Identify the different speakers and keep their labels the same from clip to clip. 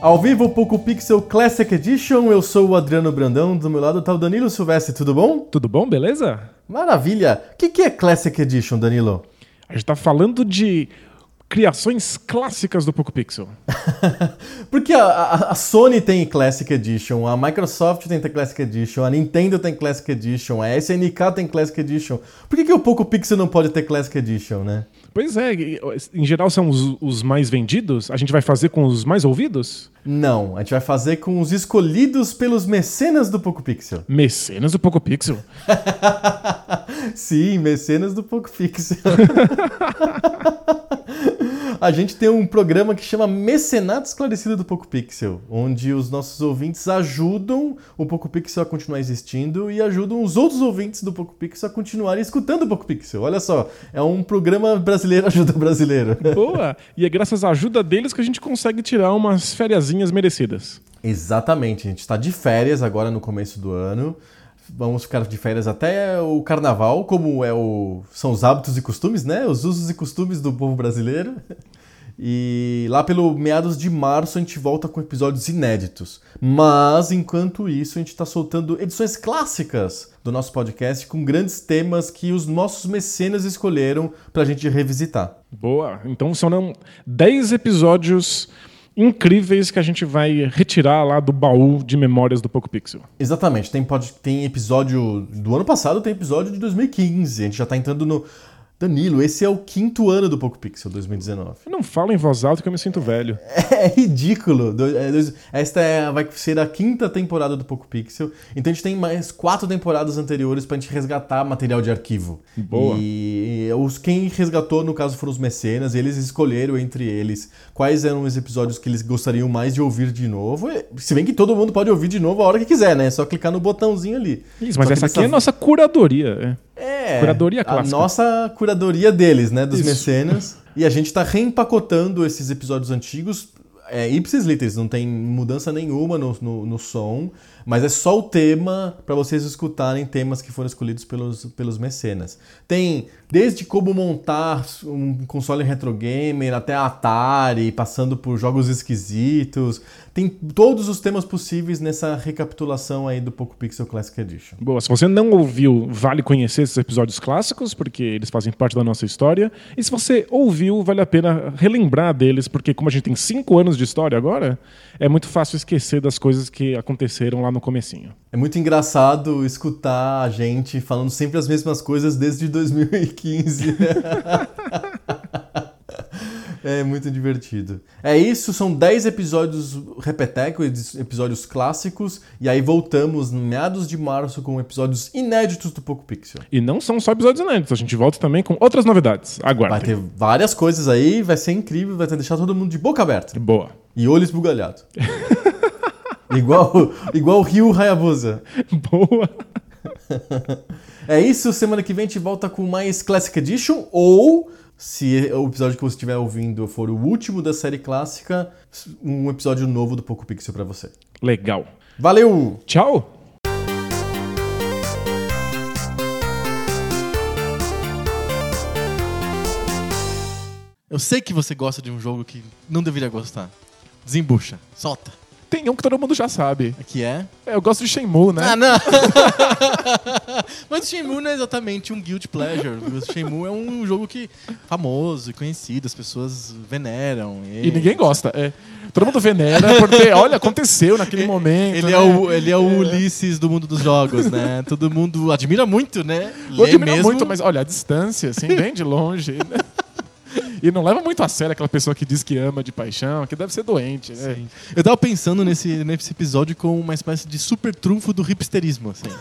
Speaker 1: Ao vivo, Poco Pixel Classic Edition, eu sou o Adriano Brandão, do meu lado tá o Danilo Silvestre, tudo bom?
Speaker 2: Tudo bom, beleza?
Speaker 1: Maravilha! O que, que é Classic Edition, Danilo?
Speaker 2: A gente tá falando de criações clássicas do Poco Pixel.
Speaker 1: Porque a, a- a Sony tem Classic Edition, a Microsoft tem Classic Edition, a Nintendo tem Classic Edition, a SNK tem Classic Edition. Por que, que o Poco Pixel não pode ter Classic Edition, né?
Speaker 2: Pois é, e, em geral são os, os mais vendidos, a gente vai fazer com os mais ouvidos?
Speaker 1: Não, a gente vai fazer com os escolhidos pelos mecenas do Poco Pixel.
Speaker 2: Mecenas do Poco Pixel.
Speaker 1: Sim, mecenas do Poco Pixel. A gente tem um programa que chama Mecenato Esclarecido do Poco Pixel, onde os nossos ouvintes ajudam o Poco Pixel a continuar existindo e ajudam os outros ouvintes do Poco Pixel a continuarem escutando o Poco Pixel. Olha só, é um programa brasileiro ajuda brasileiro.
Speaker 2: Boa! E é graças à ajuda deles que a gente consegue tirar umas fériasinhas merecidas.
Speaker 1: Exatamente, a gente está de férias agora no começo do ano. Vamos ficar de férias até o carnaval, como é o... são os hábitos e costumes, né? Os usos e costumes do povo brasileiro. E lá pelo meados de março a gente volta com episódios inéditos. Mas enquanto isso, a gente está soltando edições clássicas do nosso podcast com grandes temas que os nossos mecenas escolheram para a gente revisitar.
Speaker 2: Boa! Então são 10 episódios incríveis que a gente vai retirar lá do baú de memórias do Poco Pixel.
Speaker 1: Exatamente, tem, pod- tem episódio do ano passado, tem episódio de 2015. A gente já tá entrando no. Danilo, esse é o quinto ano do Poco Pixel 2019.
Speaker 2: Eu não falo em voz alta que eu me sinto velho.
Speaker 1: É ridículo. Do- é, dois- Esta é- vai ser a quinta temporada do Poco Pixel. Então a gente tem mais quatro temporadas anteriores pra gente resgatar material de arquivo.
Speaker 2: Boa.
Speaker 1: E os, quem resgatou, no caso, foram os mecenas. E eles escolheram entre eles quais eram os episódios que eles gostariam mais de ouvir de novo. E- Se bem que todo mundo pode ouvir de novo a hora que quiser, né? É só clicar no botãozinho ali.
Speaker 2: Isso,
Speaker 1: Só
Speaker 2: mas
Speaker 1: que
Speaker 2: essa aqui
Speaker 1: dessa
Speaker 2: é a nossa curadoria. é.
Speaker 1: é,
Speaker 2: Curadoria
Speaker 1: A
Speaker 2: clássica.
Speaker 1: nossa curadoria deles, né? Dos
Speaker 2: Isso.
Speaker 1: mecenas. E a gente tá reempacotando esses episódios antigos. É ipsis literis, não tem mudança nenhuma no, no, no som, mas é só o tema pra vocês escutarem temas que foram escolhidos pelos, pelos mecenas. Tem desde como montar um console retro gamer até Atari, passando por jogos esquisitos. Tem todos os temas possíveis nessa recapitulação aí do Poco Pixel Classic Edition.
Speaker 2: Boa, se você não ouviu, vale conhecer esses episódios clássicos, porque eles fazem parte da nossa história. E se você ouviu, vale a pena relembrar deles, porque como a gente tem cinco anos de história agora, é muito fácil esquecer das coisas que aconteceram lá no comecinho.
Speaker 1: É muito engraçado escutar a gente falando sempre as mesmas coisas desde 2015. é muito divertido. É isso, são 10 episódios repeteco, edis- episódios clássicos, e aí voltamos em meados de março com episódios inéditos do Poco Pixel.
Speaker 2: E não são só episódios inéditos, a gente volta também com outras novidades.
Speaker 1: Vai
Speaker 2: Aguardem.
Speaker 1: ter várias coisas aí, vai ser incrível, vai ter deixar todo mundo de boca aberta
Speaker 2: Boa.
Speaker 1: e olho esbugalhado. igual, igual o Rio Hayabusa.
Speaker 2: Boa.
Speaker 1: É isso, semana que vem a gente volta com mais Classic Edition ou se o episódio que você estiver ouvindo for o último da série clássica, um episódio novo do Poco Pixel pra você.
Speaker 2: Legal.
Speaker 1: Valeu!
Speaker 2: Tchau.
Speaker 3: Eu sei que você gosta de um jogo que não deveria gostar. Desembucha. Solta.
Speaker 2: Tem um que todo mundo já sabe.
Speaker 3: Aqui é.
Speaker 2: É, Eu gosto de Shenmue, né?
Speaker 3: Ah, não! Mas o Shenmue não é exatamente um guilt pleasure. O Shenmue é um jogo que famoso e conhecido, as pessoas veneram.
Speaker 2: E ninguém gosta. é. Todo mundo venera porque, olha, aconteceu naquele momento.
Speaker 3: Ele
Speaker 2: né?
Speaker 3: é, o, ele é o Ulisses do mundo dos jogos, né? Todo mundo admira muito, né?
Speaker 2: Eu
Speaker 3: Lê
Speaker 2: admiro
Speaker 3: mesmo.
Speaker 2: muito, mas olha, a distância, assim, bem de longe. né? E não leva muito a sério aquela pessoa que diz que ama de paixão, que deve ser doente, né?
Speaker 1: Sim. Eu tava pensando nesse, nesse episódio como uma espécie de super trunfo do hipsterismo, assim.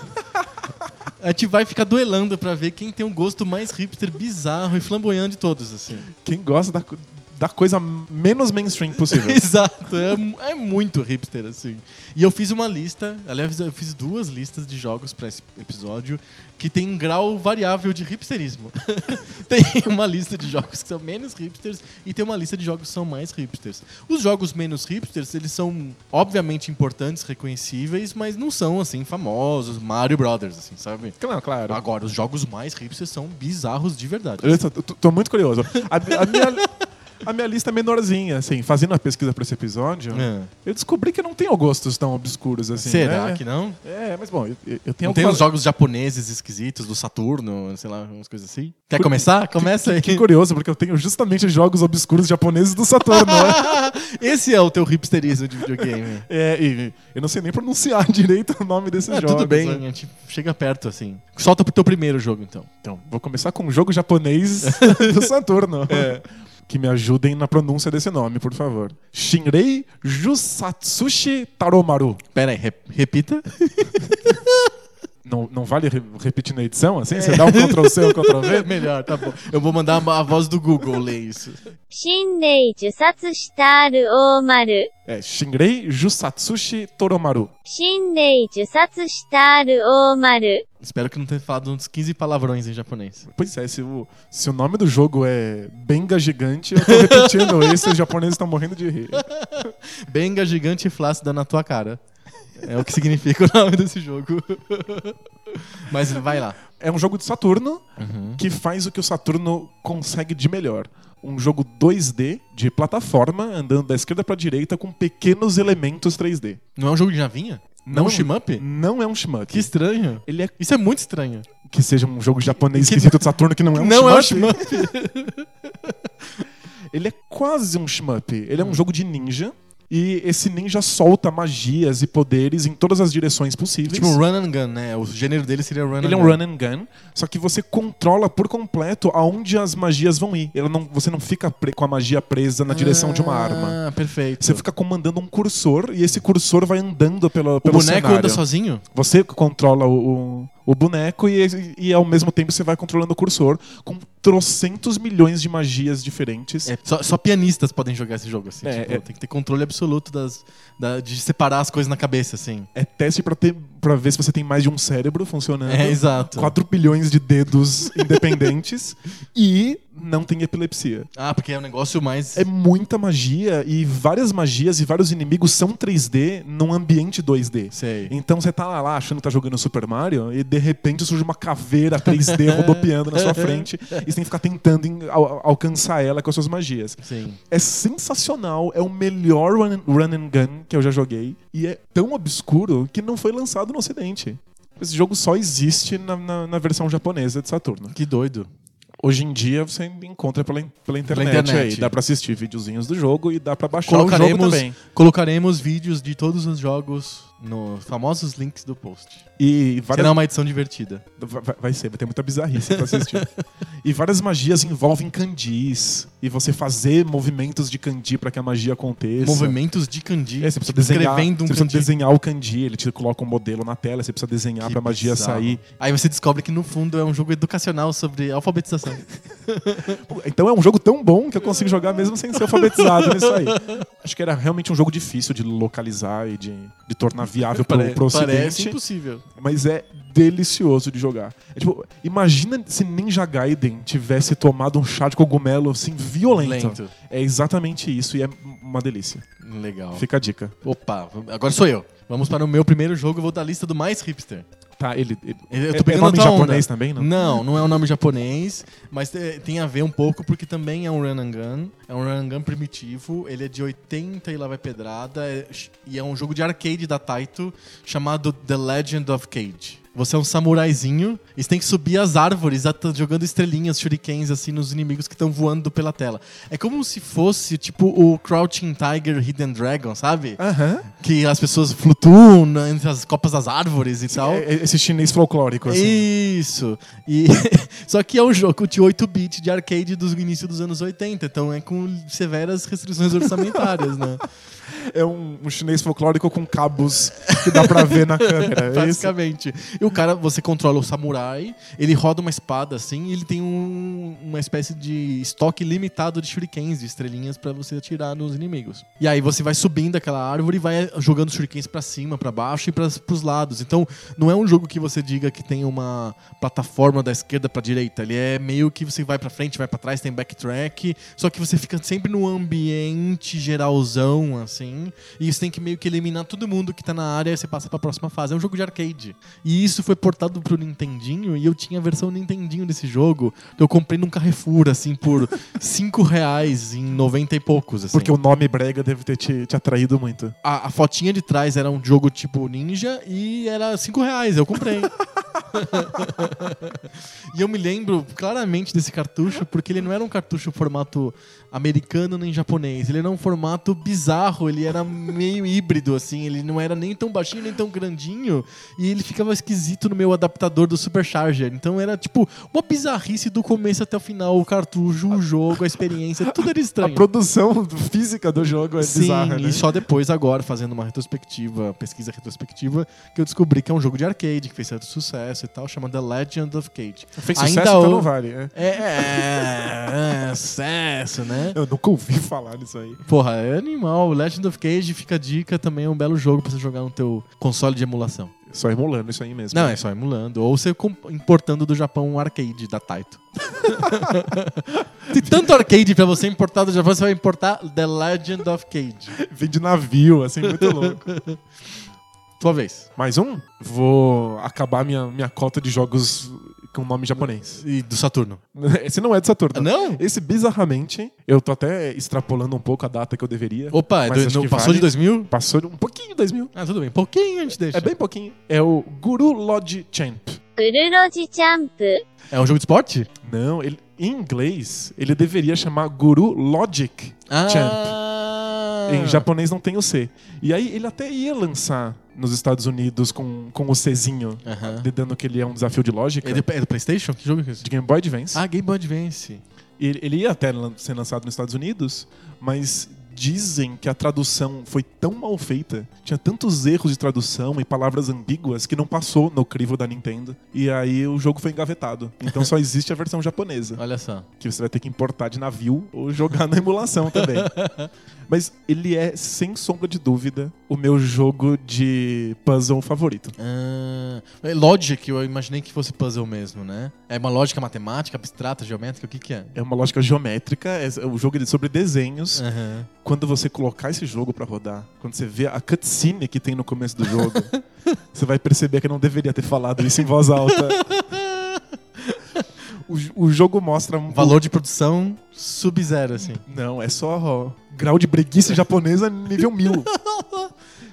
Speaker 1: A gente vai ficar duelando pra ver quem tem um gosto mais hipster bizarro e flamboyante de todos, assim.
Speaker 2: Quem gosta da, co- da coisa menos mainstream possível.
Speaker 1: Exato, é, mu- é muito hipster, assim. E eu fiz uma lista, aliás, eu fiz duas listas de jogos pra esse episódio que tem um grau variável de hipsterismo. tem uma lista de jogos que são menos hipsters e tem uma lista de jogos que são mais hipsters. Os jogos menos hipsters, eles são obviamente importantes, reconhecíveis, mas não são, assim, famosos. Mario Brothers, assim, sabe?
Speaker 2: Claro, claro.
Speaker 1: Agora, os jogos mais hipsters são bizarros de verdade.
Speaker 2: Eu tô, tô- tô muito curioso. A, a minha, a minha lista é menorzinha, assim, fazendo a pesquisa pra esse episódio,
Speaker 1: É.
Speaker 2: eu descobri que eu não tenho gostos tão obscuros assim.
Speaker 1: Será
Speaker 2: né?
Speaker 1: que não?
Speaker 2: É, mas bom, eu, eu- eu tenho
Speaker 1: Não tem um
Speaker 2: algumas-
Speaker 1: uns jogos japoneses esquisitos, do Saturno, sei lá, umas coisas assim? Quer começar? Começa aí.
Speaker 2: Que curioso, porque eu tenho justamente jogos obscuros japoneses do Saturno. né?
Speaker 1: Esse é o teu hipsterismo de videogame.
Speaker 2: é, e eu não sei nem pronunciar direito o nome desses
Speaker 1: Ah,
Speaker 2: jogos.
Speaker 1: tudo bem, a
Speaker 2: né?
Speaker 1: gente chega perto, assim. Solta pro teu primeiro jogo, então.
Speaker 2: Então, vou começar com um jogo japonês do Saturno.
Speaker 1: É.
Speaker 2: Que me ajudem na pronúncia desse nome, por favor. Shinrei Jusatsushi Taromaru.
Speaker 1: Pera aí, rep- repita.
Speaker 2: Não, não vale re- repetir na edição, assim?
Speaker 1: É.
Speaker 2: Você dá um Ctrl-C ou Ctrl-V?
Speaker 1: Melhor, tá bom. Eu vou mandar a voz do Google ler isso.
Speaker 4: 新霊受殺したある大丸。
Speaker 2: É Shinrei Jusatsushi Toromaru.
Speaker 4: 新霊受殺したある大丸。
Speaker 1: Espero que não tenha falado uns 15 palavrões em japonês.
Speaker 2: Pois é, se o, se o nome do jogo é Benga Gigante, eu tô repetindo isso e os japoneses estão morrendo de rir.
Speaker 1: Benga gigante e flácida na tua cara. É o que significa o nome desse jogo. Mas vai lá.
Speaker 2: É um jogo de Saturno
Speaker 1: Uhum.
Speaker 2: que faz o que o Saturno consegue de melhor. Um jogo 2D de plataforma andando da esquerda pra direita com pequenos elementos 3D.
Speaker 1: Não é um jogo de navinha? Não é um shmup?
Speaker 2: Não é um shmup.
Speaker 1: Que estranho.
Speaker 2: Ele é
Speaker 1: Isso é muito estranho.
Speaker 2: que seja um jogo japonês esquisito de Saturno que não é um
Speaker 1: não é um
Speaker 2: shmup.
Speaker 1: shmup.
Speaker 2: Ele é quase um shmup. Ele é
Speaker 1: Hum.
Speaker 2: um jogo de ninja. E esse ninja solta magias e poderes em todas as direções possíveis.
Speaker 1: tipo um run and gun, né? O gênero dele seria run
Speaker 2: Ele
Speaker 1: and
Speaker 2: é um
Speaker 1: gun.
Speaker 2: run and gun, só que você controla por completo aonde as magias vão ir. Ela não, você não fica pre- com a magia presa na direção de uma arma.
Speaker 1: Ah, perfeito.
Speaker 2: Você fica comandando um cursor e esse cursor vai andando pelo,
Speaker 1: o
Speaker 2: pelo
Speaker 1: boneco
Speaker 2: cenário.
Speaker 1: anda sozinho?
Speaker 2: Você que controla o, o, o boneco e, e ao mesmo tempo você vai controlando o cursor com trocentos milhões de magias diferentes.
Speaker 1: É, só, só pianistas podem jogar esse jogo, assim.
Speaker 2: É,
Speaker 1: tipo,
Speaker 2: é.
Speaker 1: Tem que ter controle absoluto das, da- de separar as coisas na cabeça, assim.
Speaker 2: É teste pra, ter, pra ver se você tem mais de um cérebro funcionando.
Speaker 1: É, exato.
Speaker 2: 4 bilhões de dedos independentes e não tem epilepsia.
Speaker 1: Ah, porque é um negócio mais...
Speaker 2: É muita magia e várias magias e vários inimigos são 3D num ambiente 2D.
Speaker 1: Sei.
Speaker 2: Então você tá lá achando que tá jogando Super Mario e de repente surge uma caveira 3D rodopiando na sua frente e você tem que ficar tentando em- al- alcançar ela com as suas magias.
Speaker 1: Sim.
Speaker 2: É sensacional, é o melhor run, run and gun que eu já joguei e é tão obscuro que não foi lançado no ocidente. Esse jogo só existe na, na- na versão japonesa de Saturno.
Speaker 1: Que doido.
Speaker 2: Hoje em dia você encontra pela, in- pela internet,
Speaker 1: internet.
Speaker 2: aí. Dá pra assistir videozinhos do jogo e dá pra baixar o jogo
Speaker 1: Colocaremos,
Speaker 2: também.
Speaker 1: colocaremos vídeos de todos os jogos nos famosos links do post.
Speaker 2: E várias...
Speaker 1: Será uma edição divertida.
Speaker 2: vai, vai- vai ser, vai ter muita bizarrice pra assistir. e várias magias envolvem candis. E você fazer movimentos de candi pra que a magia aconteça.
Speaker 1: Movimentos de kanji.
Speaker 2: É, você precisa desenhar,
Speaker 1: Escrevendo um
Speaker 2: você precisa
Speaker 1: kanji.
Speaker 2: desenhar o candi, ele te coloca um modelo na tela, você precisa desenhar
Speaker 1: Que
Speaker 2: pra magia
Speaker 1: bizarro.
Speaker 2: sair.
Speaker 1: Aí você descobre que no fundo é um jogo educacional sobre alfabetização.
Speaker 2: Pô, Então é um jogo tão bom que eu consigo jogar mesmo sem ser alfabetizado nisso aí. Acho que era realmente um jogo difícil de localizar e de, de tornar viável pro,
Speaker 1: Pare-
Speaker 2: pro
Speaker 1: parece um
Speaker 2: ocidente.
Speaker 1: impossível.
Speaker 2: mas é delicioso de jogar. É tipo, imagina se Ninja Gaiden tivesse tomado um chá de cogumelo assim violento.
Speaker 1: Lento.
Speaker 2: É exatamente isso e é uma delícia.
Speaker 1: Legal.
Speaker 2: Fica a dica.
Speaker 1: Opa, agora sou eu. Vamos para o meu primeiro jogo, eu vou dar a lista do mais hipster.
Speaker 2: Tá, ele, ele-
Speaker 1: Eu
Speaker 2: é-
Speaker 1: tô pegando
Speaker 2: é nome
Speaker 1: a tua
Speaker 2: japonês
Speaker 1: onda.
Speaker 2: também, não?
Speaker 1: Não, não é um nome japonês, mas te- tem a ver um pouco porque também é um run and gun. É um run and gun primitivo, ele é de 80 e lá vai pedrada, é- e é um jogo de arcade da Taito chamado The Legend of Cage. Você é um samuraizinho e você tem que subir as árvores at- jogando estrelinhas, shurikens, assim, nos inimigos que estão voando pela tela. É como se fosse, tipo, o Crouching Tiger, Hidden Dragon, sabe?
Speaker 2: Aham.
Speaker 1: Que as pessoas flutuam na- entre as copas das árvores e tal.
Speaker 2: É- é Esse chinês folclórico, assim.
Speaker 1: Isso. E só que é um jogo de 8 bit de arcade do início dos anos 80, então é com severas restrições orçamentárias, né?
Speaker 2: É um, um chinês folclórico com cabos que dá pra ver na câmera.
Speaker 1: Tá
Speaker 2: é isso?
Speaker 1: Basicamente. E o cara, você controla o samurai, ele roda uma espada assim, e ele tem um- uma espécie de estoque limitado de shurikens, de estrelinhas pra você atirar nos inimigos. E aí você vai subindo aquela árvore e vai jogando shurikens pra cima, pra baixo e para os lados. Então, não é um jogo que você diga que tem uma plataforma da esquerda pra direita, ele é meio que você vai pra frente, vai pra trás, tem backtrack, só que você fica sempre num ambiente geralzão assim, e você tem que meio que eliminar todo mundo que tá na área e você passa pra próxima fase. É um jogo de arcade. E isso foi portado pro Nintendinho e eu tinha a versão Nintendinho desse jogo. Eu comprei num Carrefour, assim, por 5 reais em 90 e poucos. Assim.
Speaker 2: Porque o nome brega deve ter te, te atraído muito.
Speaker 1: a, a fotinha de trás era um jogo tipo ninja e era 5 reais, eu comprei. e eu me lembro claramente desse cartucho, porque ele não era um cartucho formato americano nem japonês. Ele era um formato bizarro, ele era meio híbrido, assim. Ele não era nem tão baixinho nem tão grandinho. E ele ficava esquisito no meu adaptador do Supercharger. Então era tipo uma bizarrice do começo até o final. O cartucho, o jogo, a experiência, tudo era
Speaker 2: A
Speaker 1: estranho.
Speaker 2: produção física do jogo é
Speaker 1: Sim,
Speaker 2: bizarra, né?
Speaker 1: e só depois, agora, fazendo uma retrospectiva, pesquisa retrospectiva, que eu descobri que é um jogo de arcade, que fez certo sucesso e tal, chama The Legend of Cage.
Speaker 2: Fez sucesso,
Speaker 1: Ainda
Speaker 2: então
Speaker 1: o-
Speaker 2: não vale. é.
Speaker 1: É, é, é, sucesso, né?
Speaker 2: Eu nunca ouvi falar disso aí.
Speaker 1: Porra, é animal. Legend of Cage, fica a dica, também é um belo jogo pra você jogar no teu console de emulação.
Speaker 2: Só emulando isso aí mesmo.
Speaker 1: Não, é só emulando. Ou você com- importando do Japão um arcade da Taito. Tem tanto arcade pra você importar do Japão, você vai importar The Legend of Cage.
Speaker 2: Vem de navio, assim, muito louco.
Speaker 1: Tua vez.
Speaker 2: Mais um? Vou acabar minha, minha cota de jogos com nome japonês.
Speaker 1: E do Saturno.
Speaker 2: Esse não é de Saturno.
Speaker 1: Não?
Speaker 2: Esse, bizarramente, eu tô até extrapolando um pouco a data que eu deveria.
Speaker 1: Opa, é
Speaker 2: Mas
Speaker 1: do-
Speaker 2: acho
Speaker 1: no-
Speaker 2: que
Speaker 1: passou
Speaker 2: vale.
Speaker 1: de 2000?
Speaker 2: Passou de um pouquinho de 2000.
Speaker 1: Ah, tudo bem. Pouquinho a gente deixa.
Speaker 2: É bem pouquinho. É o Guru Lodge Champ.
Speaker 4: グルロジチャンプ、
Speaker 1: É um jogo de esporte?
Speaker 2: Não, ele, em inglês, ele deveria chamar Guru Logic
Speaker 1: Ah.
Speaker 2: Champ. Em japonês não tem o C. E aí ele até ia lançar nos Estados Unidos com, com o Czinho,
Speaker 1: Aham.
Speaker 2: dando que ele é um desafio de lógica.
Speaker 1: É do, é do PlayStation? Que jogo é esse?
Speaker 2: De Game Boy Advance.
Speaker 1: Ah, Game Boy Advance.
Speaker 2: Ele, ele ia até lan- ser lançado nos Estados Unidos, mas dizem que a tradução foi tão mal feita, tinha tantos erros de tradução e palavras ambíguas que não passou no crivo da Nintendo. E aí o jogo foi engavetado. Então só existe a versão japonesa
Speaker 1: Olha só.
Speaker 2: que você vai ter que importar de navio ou jogar na emulação também. Mas ele é, sem sombra de dúvida, o meu jogo de puzzle favorito.
Speaker 1: Ah, é Logic, eu imaginei que fosse puzzle mesmo, né? É uma lógica matemática, abstrata, geométrica, o que que é?
Speaker 2: É uma lógica geométrica, é o jogo ele é sobre desenhos.
Speaker 1: Aham.
Speaker 2: Quando você colocar esse jogo pra rodar, quando você vê a cutscene que tem no começo do jogo, você vai perceber que eu não deveria ter falado isso em voz alta. O, j- o jogo mostra um
Speaker 1: Valor de produção sub-zero, assim.
Speaker 2: Não, é só ó, grau de preguiça japonesa nível mil.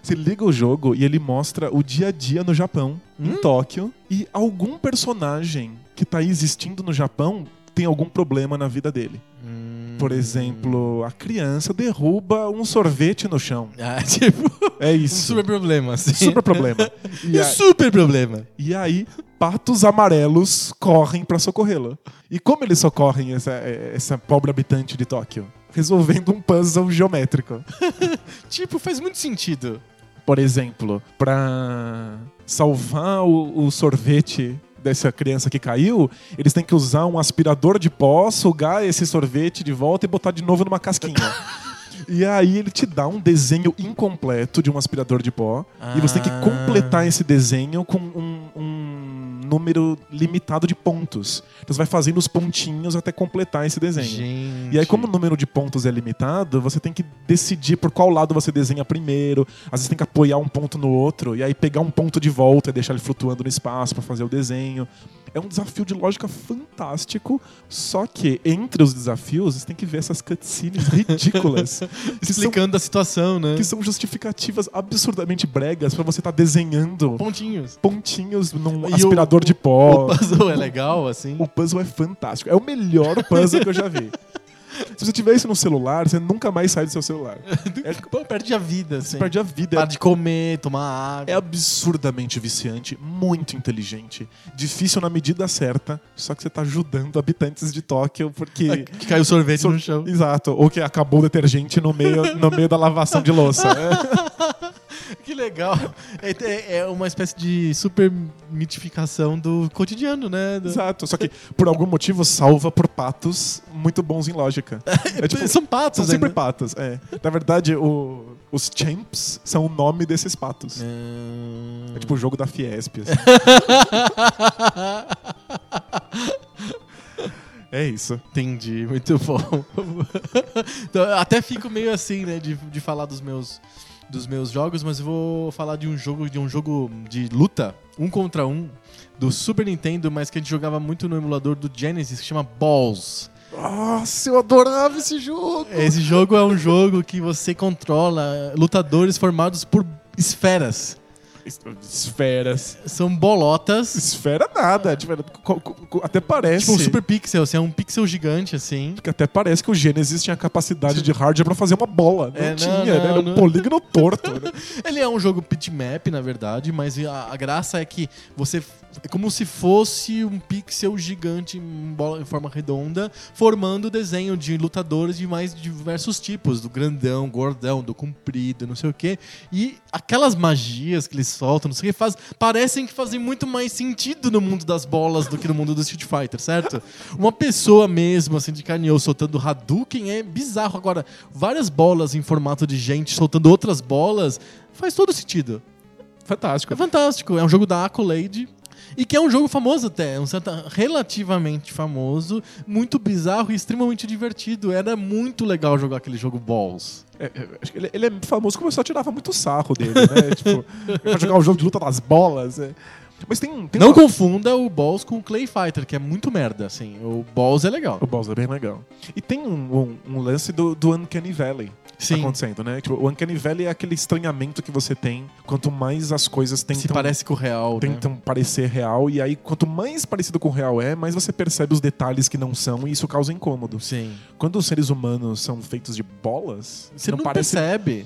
Speaker 2: Você liga o jogo e ele mostra o dia a dia no Japão,
Speaker 1: Hum?
Speaker 2: em Tóquio, e algum personagem que tá existindo no Japão tem algum problema na vida dele.
Speaker 1: Hum.
Speaker 2: Por exemplo, a criança derruba um sorvete no chão.
Speaker 1: Ah, tipo,
Speaker 2: É
Speaker 1: um
Speaker 2: isso.
Speaker 1: super problema, assim.
Speaker 2: Super problema. E,
Speaker 1: Um
Speaker 2: a-
Speaker 1: super problema.
Speaker 2: e aí, patos amarelos correm pra socorrê-lo. E como eles socorrem essa, é, essa pobre habitante de Tóquio? Resolvendo um puzzle geométrico.
Speaker 1: Tipo, faz muito sentido.
Speaker 2: por exemplo, pra salvar o, o sorvete dessa criança que caiu, eles têm que usar um aspirador de pó, sugar esse sorvete de volta e botar de novo numa casquinha. E aí ele te dá um desenho incompleto de um aspirador de pó. E você tem
Speaker 1: Ah.
Speaker 2: que completar esse desenho com um, um número limitado de pontos. Então você vai fazendo os pontinhos até completar esse desenho.
Speaker 1: Gente.
Speaker 2: E aí, como o número de pontos é limitado, você tem que decidir por qual lado você desenha primeiro. Às vezes tem que apoiar um ponto no outro e aí pegar um ponto de volta e deixar ele flutuando no espaço pra fazer o desenho. É um desafio de lógica fantástico, só que entre os desafios, você tem que ver essas cutscenes ridículas. que, são,
Speaker 1: Explicando a situação, né?
Speaker 2: que são justificativas absurdamente bregas pra você estar desenhando
Speaker 1: Pontinhos.
Speaker 2: pontinhos num
Speaker 1: E o-
Speaker 2: aspirador de pó.
Speaker 1: O puzzle é legal, assim.
Speaker 2: O puzzle é fantástico. É o melhor puzzle que eu já vi. Se você tiver isso no celular, você nunca mais sai do seu celular.
Speaker 1: Pô, perde a vida, assim.
Speaker 2: Você perde a vida.
Speaker 1: Para de comer, tomar água.
Speaker 2: É absurdamente viciante, muito inteligente, difícil na medida certa, só que você tá ajudando habitantes de Tóquio porque.
Speaker 1: Que caiu sorvete no chão.
Speaker 2: Exato, ou que acabou o detergente no meio, no meio da lavação de louça.
Speaker 1: Que legal. É, é- é uma espécie de super mitificação do cotidiano, né? Do-
Speaker 2: Exato, só que por algum motivo salva por patos muito bons em lógica. É tipo,
Speaker 1: são patos,
Speaker 2: são sempre
Speaker 1: ainda.
Speaker 2: patos, é. Na verdade, o- os champs são o nome desses patos. É tipo o jogo da Fiesp. assim.
Speaker 1: Ah.
Speaker 2: é isso.
Speaker 1: Entendi, muito bom. Então, eu até fico meio assim, né, de, de falar dos meus dos meus jogos, mas eu vou falar de um jogo de um jogo de luta, um contra um, do Super Nintendo, mas que a gente jogava muito no emulador do Genesis, que chama Balls.
Speaker 2: Nossa, eu adorava esse jogo!
Speaker 1: Esse jogo é um jogo que você controla lutadores formados por esferas.
Speaker 2: Esferas.
Speaker 1: São bolotas,
Speaker 2: Esfera nada. tipo, era- co- co- co- até parece.
Speaker 1: tipo um super pixel, assim, é um pixel gigante assim.
Speaker 2: Que até parece que o Genesis tinha capacidade de hardware pra fazer uma bola. Não
Speaker 1: É, não,
Speaker 2: tinha, né? Era um
Speaker 1: não, não.
Speaker 2: polígono torto. né?
Speaker 1: Ele é um jogo pitmap, na verdade, mas a, a graça é que você. f- É como se fosse um pixel gigante em, bola- em forma redonda, formando o desenho de lutadores de mais diversos tipos: do grandão, gordão, do comprido, não sei o quê. E aquelas magias que eles soltam, não sei o que, faz, parecem que fazem muito mais sentido no mundo das bolas do que no mundo do Street Fighter, certo? Uma pessoa mesmo, assim, de carne e osso, soltando Hadouken é bizarro. Agora, várias bolas em formato de gente soltando outras bolas faz todo sentido.
Speaker 2: Fantástico.
Speaker 1: É fantástico. É um jogo da Accolade. E que é um jogo famoso até, um certo, relativamente famoso, muito bizarro e extremamente divertido. Era muito legal jogar aquele jogo Balls.
Speaker 2: É, é, acho que ele, ele é famoso como eu só tirava muito sarro dele, né? tipo, pra jogar um jogo de luta das bolas. é. Mas tem. tem
Speaker 1: Não
Speaker 2: uma-
Speaker 1: confunda o Balls com o Clay Fighter, que é muito merda, assim. O Balls é legal.
Speaker 2: O Bowser é bem legal. E tem um, um- um lance do, do Uncanny Valley
Speaker 1: Sim.
Speaker 2: acontecendo, né? Tipo, o Uncanny Valley é aquele estranhamento que você tem quanto mais as coisas tentam,
Speaker 1: Se parece com o real, né?
Speaker 2: tentam parecer real. E aí, quanto mais parecido com o real é, mais você percebe os detalhes que não são e isso causa incômodo.
Speaker 1: Sim.
Speaker 2: Quando os seres humanos são feitos de bolas,
Speaker 1: Você não,
Speaker 2: parece.
Speaker 1: percebe.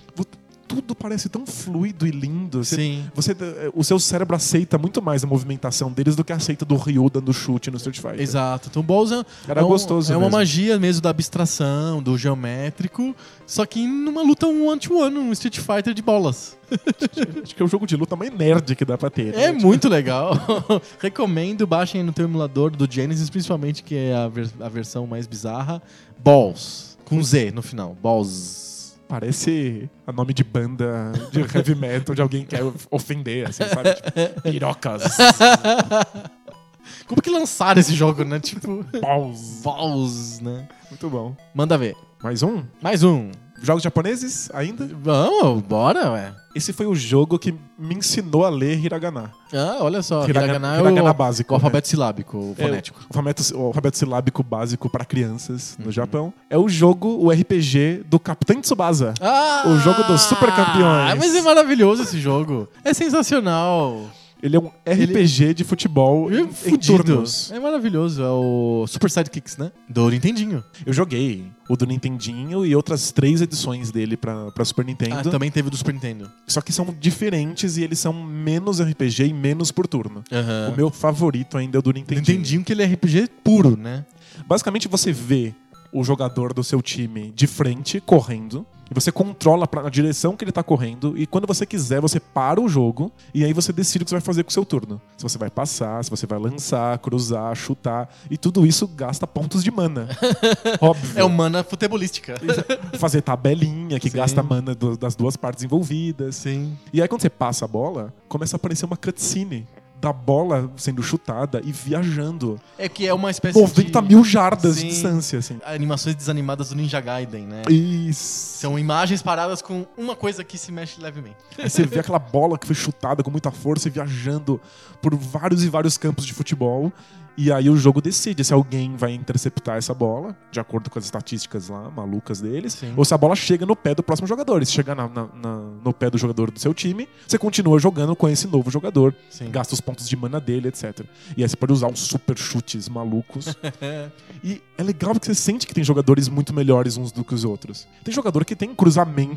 Speaker 2: Tudo parece tão fluido e lindo. Você-
Speaker 1: Sim.
Speaker 2: Você, eh, o seu cérebro aceita muito mais a movimentação deles do que aceita do Ryu dando chute no Street Fighter.
Speaker 1: Exato. Então, Balls é,
Speaker 2: Era
Speaker 1: é um-
Speaker 2: gostoso
Speaker 1: é uma
Speaker 2: mesmo.
Speaker 1: magia mesmo da abstração, do geométrico, só que numa luta um ante one, um Street Fighter de bolas.
Speaker 2: Acho que é o jogo de luta mais nerd que dá pra ter. né?
Speaker 1: É muito legal. Recomendo, baixem no teu emulador do Genesis, principalmente, que é a, ver- a versão mais bizarra. Balls. Com Z no final. Balls.
Speaker 2: Parece a nome de banda de heavy metal de alguém que quer ofender, assim, sabe? Tipo, pirocas,
Speaker 1: Como que lançaram esse jogo, né? Tipo,
Speaker 2: paus.
Speaker 1: Balls, né?
Speaker 2: Muito bom.
Speaker 1: Manda ver.
Speaker 2: Mais um?
Speaker 1: Mais um.
Speaker 2: Jogos japoneses ainda?
Speaker 1: Vamos, bora, ué.
Speaker 2: Esse foi o jogo que me ensinou a ler hiragana.
Speaker 1: Ah, olha só.
Speaker 2: Hiragana-
Speaker 1: Hiragana,
Speaker 2: hiragana
Speaker 1: é o,
Speaker 2: básico, né?
Speaker 1: o alfabeto silábico, o fonético. Uhum.
Speaker 2: É, o, alfabeto, o alfabeto silábico básico pra crianças no Japão. É o jogo, o RPG do Capitão Tsubasa.
Speaker 1: Ah!
Speaker 2: O jogo dos super campeões.
Speaker 1: Ah, Mas é maravilhoso esse jogo. É sensacional.
Speaker 2: Ele é um RPG de futebol em, em
Speaker 1: é Fudido.
Speaker 2: turnos.
Speaker 1: É maravilhoso. É o Super Sidekicks, né? Do Nintendinho.
Speaker 2: Eu joguei o do Nintendinho e outras três edições dele pra, pra Super
Speaker 1: Ah,
Speaker 2: Nintendo.
Speaker 1: também teve do Super Nintendo.
Speaker 2: só que são diferentes e eles são menos RPG e menos por turno.
Speaker 1: Aham.
Speaker 2: O meu favorito ainda é o do
Speaker 1: Do
Speaker 2: Nintendinho.
Speaker 1: Nintendinho que ele é RPG puro, né?
Speaker 2: Basicamente você vê o jogador do seu time de frente correndo. E você controla pra, a direção que ele tá correndo. E quando você quiser, você para o jogo. E aí você decide o que você vai fazer com o seu turno. Se você vai passar, se você vai lançar, cruzar, chutar. E tudo isso gasta pontos de mana. Óbvio.
Speaker 1: É o mana futebolística.
Speaker 2: Fazer tabelinha que
Speaker 1: Sim.
Speaker 2: gasta mana do- das duas partes envolvidas.
Speaker 1: Sim.
Speaker 2: E aí quando você passa a bola, começa a aparecer uma cutscene da bola sendo chutada e viajando.
Speaker 1: É que é uma espécie
Speaker 2: 90
Speaker 1: de...
Speaker 2: mil jardas
Speaker 1: Sim.
Speaker 2: de distância, assim.
Speaker 1: Animações desanimadas do Ninja Gaiden, né?
Speaker 2: Isso.
Speaker 1: São imagens paradas com uma coisa que se mexe levemente.
Speaker 2: Aí você vê aquela bola que foi chutada com muita força e viajando por vários e vários campos de futebol. E aí o jogo decide se alguém vai interceptar essa bola, de acordo com as estatísticas lá, malucas deles,
Speaker 1: Sim.
Speaker 2: ou se a bola chega no pé do próximo jogador. E se chegar na- na- na- no pé do jogador do seu time, você continua jogando com esse novo jogador,
Speaker 1: Sim.
Speaker 2: gasta os pontos de mana dele, etc. E aí você pode usar uns super chutes malucos. E é legal porque você sente que tem jogadores muito melhores uns do que os outros. Tem jogador que tem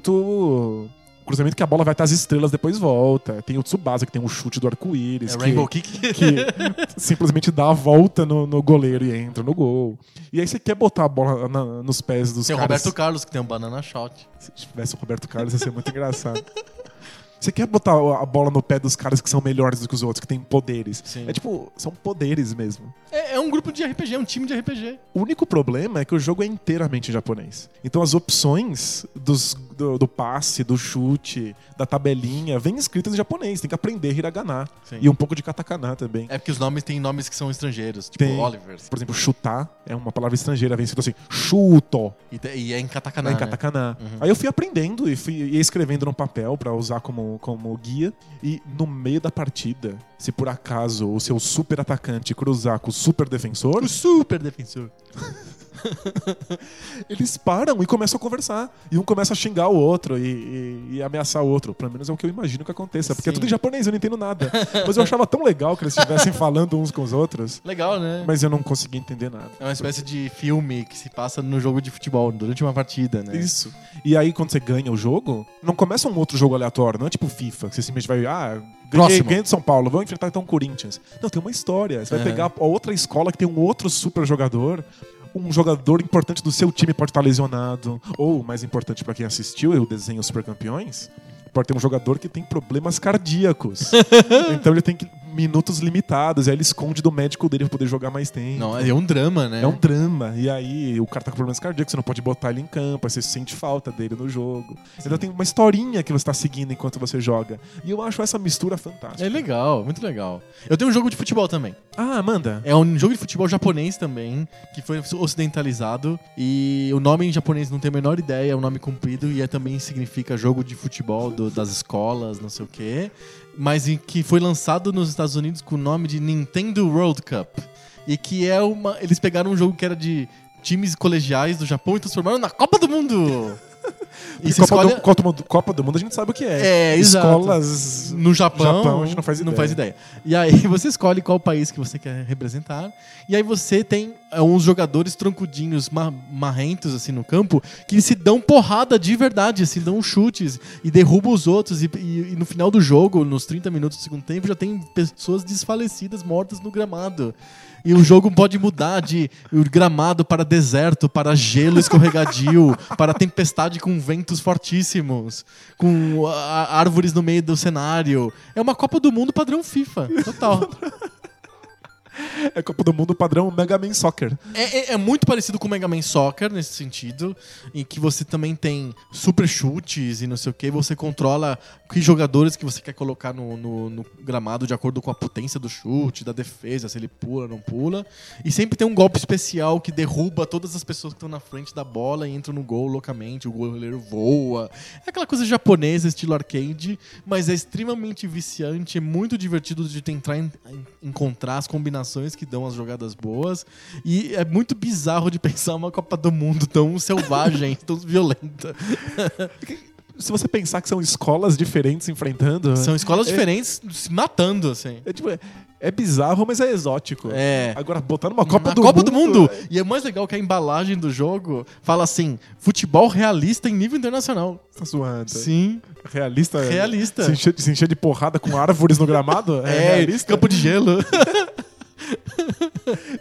Speaker 2: cruzamento. Cruzamento que a bola vai até as estrelas depois volta. Tem o Tsubasa que tem um chute do arco-íris.
Speaker 1: É
Speaker 2: que-
Speaker 1: Rainbow Kick.
Speaker 2: que simplesmente dá a volta no, no goleiro e entra no gol. E aí você quer botar a bola na- nos pés dos
Speaker 1: Tem o
Speaker 2: caras.
Speaker 1: Roberto Carlos, que tem um banana shot.
Speaker 2: Se tivesse o Roberto Carlos, ia ser muito engraçado. Você quer botar a bola no pé dos caras que são melhores do que os outros, que têm poderes.
Speaker 1: Sim.
Speaker 2: É tipo, são poderes mesmo.
Speaker 1: É, é um grupo de RPG, é um time de RPG.
Speaker 2: O único problema é que o jogo é inteiramente em japonês. Então as opções dos- do, do passe, do chute, da tabelinha, vêm escritas em japonês. Tem que aprender hiragana.
Speaker 1: Sim.
Speaker 2: E um pouco de katakana também.
Speaker 1: É porque os nomes têm nomes que são estrangeiros, tipo
Speaker 2: Tem.
Speaker 1: Oliver.
Speaker 2: Por exemplo, chutar é uma palavra estrangeira, vem escrito assim, chuto,
Speaker 1: E, te- e é em katakana.
Speaker 2: né,
Speaker 1: né?
Speaker 2: em katakana. Aí eu fui aprendendo e fui ia escrevendo num papel pra usar como, como guia. E no meio da partida, se por acaso o seu super atacante cruzar com o super defensor,
Speaker 1: O super defensor.
Speaker 2: eles param e começam a conversar. E um começa a xingar o outro e, e- e ameaçar o outro. Pelo menos é o que eu imagino que aconteça. Porque é
Speaker 1: Sim.
Speaker 2: tudo em japonês, eu não entendo nada. Mas eu achava tão legal que eles estivessem falando uns com os outros.
Speaker 1: Legal, né?
Speaker 2: Mas eu não conseguia entender nada.
Speaker 1: É uma espécie de filme que se passa no jogo de futebol, durante uma partida, né?
Speaker 2: Isso. E aí, quando você ganha o jogo, não começa um outro jogo aleatório, não é tipo FIFA, que você simplesmente vai, ah, ganhei,
Speaker 1: Próximo.
Speaker 2: ganhei do São Paulo, vamos enfrentar então o Corinthians. Não, tem uma história. Você vai
Speaker 1: Aham.
Speaker 2: pegar a outra escola que tem um outro super jogador. Um jogador importante do seu time pode estar lesionado. Ou, mais importante pra quem assistiu, eu desenho Super Campeões, pode ter um jogador que tem problemas cardíacos. então ele tem que- minutos limitados. E aí ele esconde do médico dele pra poder jogar mais tempo.
Speaker 1: Não, é um drama, né?
Speaker 2: É um drama. E aí o cara tá com problemas cardíacos, você não pode botar ele em campo, aí você sente falta dele no jogo. Ainda tem uma historinha que você tá seguindo enquanto você joga. E eu acho essa mistura fantástica.
Speaker 1: É legal, muito legal. Eu tenho um jogo de futebol também.
Speaker 2: Ah, manda.
Speaker 1: É um jogo de futebol japonês também, que foi ocidentalizado. E o nome em japonês não tem a menor ideia, é um nome comprido e é, também significa jogo de futebol do- das escolas, não sei o quê. Mas em, que foi lançado nos Estados Unidos com o nome de Nintendo World Cup. E que é uma. Eles pegaram um jogo que era de times colegiais do Japão e transformaram na Copa do Mundo! e se
Speaker 2: Copa,
Speaker 1: escolhe
Speaker 2: do, Copa, do Mundo, Copa do Mundo a gente sabe o que é.
Speaker 1: É, exato.
Speaker 2: Escolas.
Speaker 1: no Japão,
Speaker 2: Japão, a gente não faz ideia.
Speaker 1: E aí você escolhe qual país que você quer representar. E aí você tem é, uns jogadores troncudinhos, ma- marrentos, assim, no campo, que se dão porrada de verdade, assim, dão chutes e derrubam os outros. E, e- e no final do jogo, nos 30 minutos do segundo tempo, já tem pessoas desfalecidas, mortas no gramado. E o jogo pode mudar de gramado para deserto, para gelo escorregadio, para tempestade com ventos fortíssimos, com a- árvores no meio do cenário. É uma Copa do Mundo padrão FIFA, total.
Speaker 2: É Copa do Mundo padrão Mega Man Soccer.
Speaker 1: É, é- é muito parecido com o Mega Man Soccer nesse sentido, em que você também tem super chutes e não sei o que, você controla que jogadores que você quer colocar no, no- no gramado de acordo com a potência do chute, da defesa, se ele pula ou não pula. E sempre tem um golpe especial que derruba todas as pessoas que estão na frente da bola e entram no gol loucamente, o goleiro voa. É aquela coisa japonesa, estilo arcade, mas é extremamente viciante, é muito divertido de tentar en- encontrar as combinações que dão as jogadas boas. E é muito bizarro de pensar uma Copa do Mundo tão selvagem, tão violenta.
Speaker 2: Se você pensar que são escolas diferentes enfrentando.
Speaker 1: São escolas diferentes se matando, assim.
Speaker 2: É, tipo, é- é bizarro, mas é exótico.
Speaker 1: É.
Speaker 2: Agora, botar numa Copa,
Speaker 1: Na
Speaker 2: do,
Speaker 1: Copa
Speaker 2: mundo,
Speaker 1: do Mundo! E é mais legal que a embalagem do jogo fala assim: futebol realista em nível internacional.
Speaker 2: Tá zoando.
Speaker 1: Sim,
Speaker 2: Realista.
Speaker 1: realista.
Speaker 2: Se encher, se encher de porrada com árvores no gramado?
Speaker 1: É,
Speaker 2: realista?
Speaker 1: campo de gelo.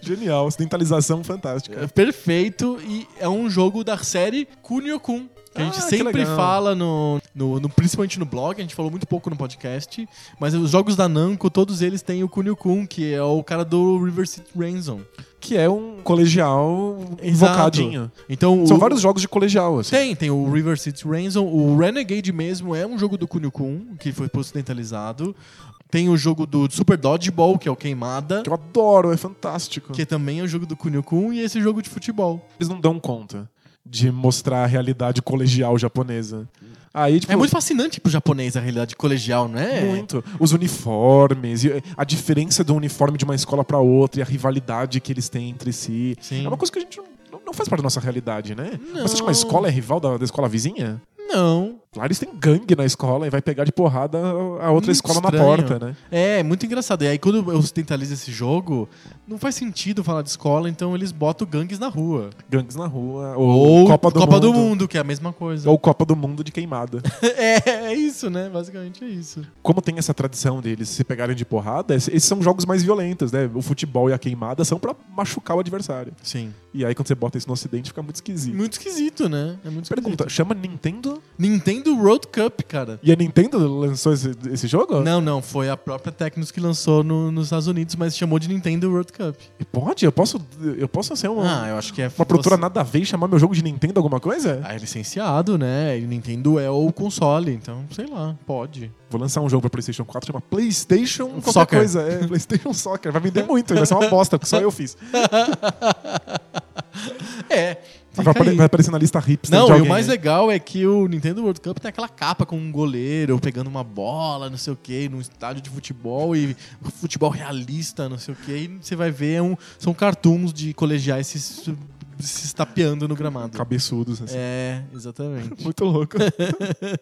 Speaker 2: Genial, ocidentalização fantástica.
Speaker 1: É perfeito e é um jogo da série Kunio-kun. Que a gente
Speaker 2: Ah, que
Speaker 1: sempre
Speaker 2: legal.
Speaker 1: fala, no, no, no- principalmente no blog, a gente falou muito pouco no podcast, mas os jogos da Namco, todos eles têm o Kunio-kun, que é o cara do River City Ransom.
Speaker 2: Que é um colegial
Speaker 1: Exato.
Speaker 2: invocadinho.
Speaker 1: Então,
Speaker 2: São
Speaker 1: o-
Speaker 2: vários jogos de colegial, assim.
Speaker 1: Tem, tem o River City Ransom, o Renegade mesmo é um jogo do Kunio-kun, que foi ocidentalizado. Tem o jogo do Super Dodgeball, que é o Queimada,
Speaker 2: Que eu adoro, é fantástico.
Speaker 1: que também é o jogo do Kunio Kun e esse jogo de futebol.
Speaker 2: eles não dão conta de mostrar a realidade colegial japonesa. Aí, tipo,
Speaker 1: É muito fascinante pro japonês a realidade colegial, não é?
Speaker 2: muito. Os uniformes, e a diferença do uniforme de uma escola pra outra e a rivalidade que eles têm entre si.
Speaker 1: Sim.
Speaker 2: É uma coisa que a gente não, não faz parte da nossa realidade, né?
Speaker 1: Não.
Speaker 2: Você acha que uma escola é rival da, da escola vizinha?
Speaker 1: Não.
Speaker 2: Lá eles têm gangue na escola e vai pegar de porrada a outra
Speaker 1: Muito
Speaker 2: escola na
Speaker 1: estranho.
Speaker 2: porta, né?
Speaker 1: É, é muito engraçado. E aí quando eu ocidentalizo esse jogo, não faz sentido falar de escola, então eles botam gangues na rua.
Speaker 2: Gangues na rua, ou, Copa, do, mundo,
Speaker 1: que é a mesma coisa.
Speaker 2: Ou Copa do Mundo de queimada.
Speaker 1: É, é isso, né? Basicamente é isso.
Speaker 2: como tem essa tradição deles se pegarem de porrada, es- esses são jogos mais violentos, né? O futebol e a queimada são pra machucar o adversário.
Speaker 1: Sim.
Speaker 2: E aí quando você bota isso no ocidente fica muito esquisito.
Speaker 1: Muito esquisito, né? É muito
Speaker 2: Pergunta,
Speaker 1: esquisito.
Speaker 2: chama Nintendo?
Speaker 1: Nintendo Road Cup, cara.
Speaker 2: E a Nintendo lançou esse, esse jogo?
Speaker 1: Não, não, foi a própria Tecnos que lançou no- nos Estados Unidos, mas chamou de Nintendo World Cup.
Speaker 2: E Pode? Eu posso, eu posso ser uma,
Speaker 1: Ah, eu acho que é
Speaker 2: uma produtora nada a ver e chamar meu jogo de Nintendo alguma coisa?
Speaker 1: Ah, é licenciado, né? E Nintendo é o console, então, sei lá, pode.
Speaker 2: Vou lançar um jogo pra PlayStation 4 chama PlayStation qualquer
Speaker 1: Soccer.
Speaker 2: coisa. É, PlayStation Soccer. Vai vender muito, vai ser uma aposta, porque só eu fiz.
Speaker 1: É.
Speaker 2: Vai, apare- vai aparecer na lista hipster de
Speaker 1: Não, e
Speaker 2: alguém,
Speaker 1: o mais
Speaker 2: né?
Speaker 1: legal é que o Nintendo World Cup tem aquela capa com um goleiro pegando uma bola, não sei o que, num estádio de futebol e futebol realista, não sei o que. E você vai ver, é um- são cartoons de colegiais se, se estapeando no gramado.
Speaker 2: Cabeçudos, assim.
Speaker 1: É, exatamente.
Speaker 2: Muito louco.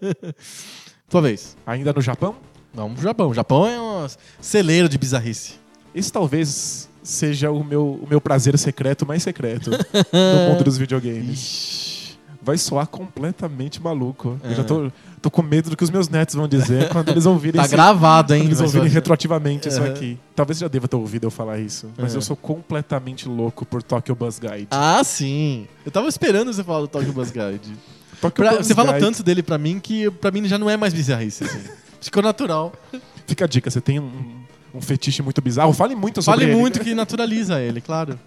Speaker 1: Tua vez.
Speaker 2: Ainda no Japão?
Speaker 1: Vamos pro Japão. O Japão é um celeiro de bizarrice.
Speaker 2: Esse talvez seja o meu, o meu prazer secreto mais secreto no mundo dos videogames.
Speaker 1: Ixi.
Speaker 2: Vai soar completamente maluco.
Speaker 1: É.
Speaker 2: Eu já tô, tô com medo do que os meus netos vão dizer quando eles ouvirem,
Speaker 1: Tá
Speaker 2: esse-
Speaker 1: gravado, hein?
Speaker 2: quando eles
Speaker 1: Mas
Speaker 2: ouvirem
Speaker 1: vai-
Speaker 2: retroativamente isso
Speaker 1: Uhum.
Speaker 2: aqui. Talvez já deva ter ouvido eu falar isso, mas
Speaker 1: Uhum.
Speaker 2: eu sou completamente louco por Tokyo Bus Guide.
Speaker 1: Ah, sim. Eu tava esperando você falar do Tokyo Bus Guide.
Speaker 2: Tokyo
Speaker 1: Ah, Pra-
Speaker 2: Bus
Speaker 1: você fala
Speaker 2: Guide-
Speaker 1: tanto dele pra mim que pra mim já não é mais bizarrice. Assim. Ficou natural.
Speaker 2: Fica a dica, você tem um, um fetiche muito bizarro. Fale muito sobre
Speaker 1: Fale
Speaker 2: ele.
Speaker 1: muito que naturaliza ele, claro.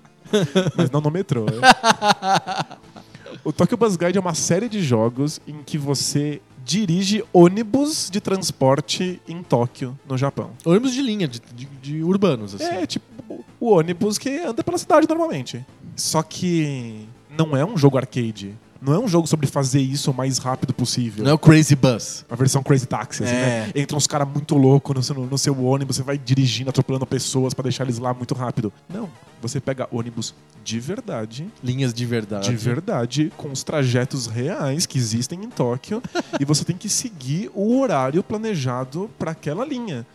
Speaker 2: mas não no metrô. é. o Tokyo Bus Guide é uma série de jogos em que você dirige ônibus de transporte em Tóquio, no Japão.
Speaker 1: Ônibus de linha, de, de- de urbanos, assim.
Speaker 2: É tipo o ônibus que anda pela cidade normalmente. Só que não é um jogo arcade. Não é um jogo sobre fazer isso o mais rápido possível.
Speaker 1: Não é o Crazy Bus.
Speaker 2: A versão Crazy Taxi, assim,
Speaker 1: É.
Speaker 2: né? Entra uns caras muito loucos no seu, no seu ônibus, você vai dirigindo, atropelando pessoas pra deixar eles lá muito rápido. Não. Você pega ônibus de verdade
Speaker 1: Linhas de verdade.
Speaker 2: de verdade, com os trajetos reais que existem em Tóquio, e você tem que seguir o horário planejado para aquela linha,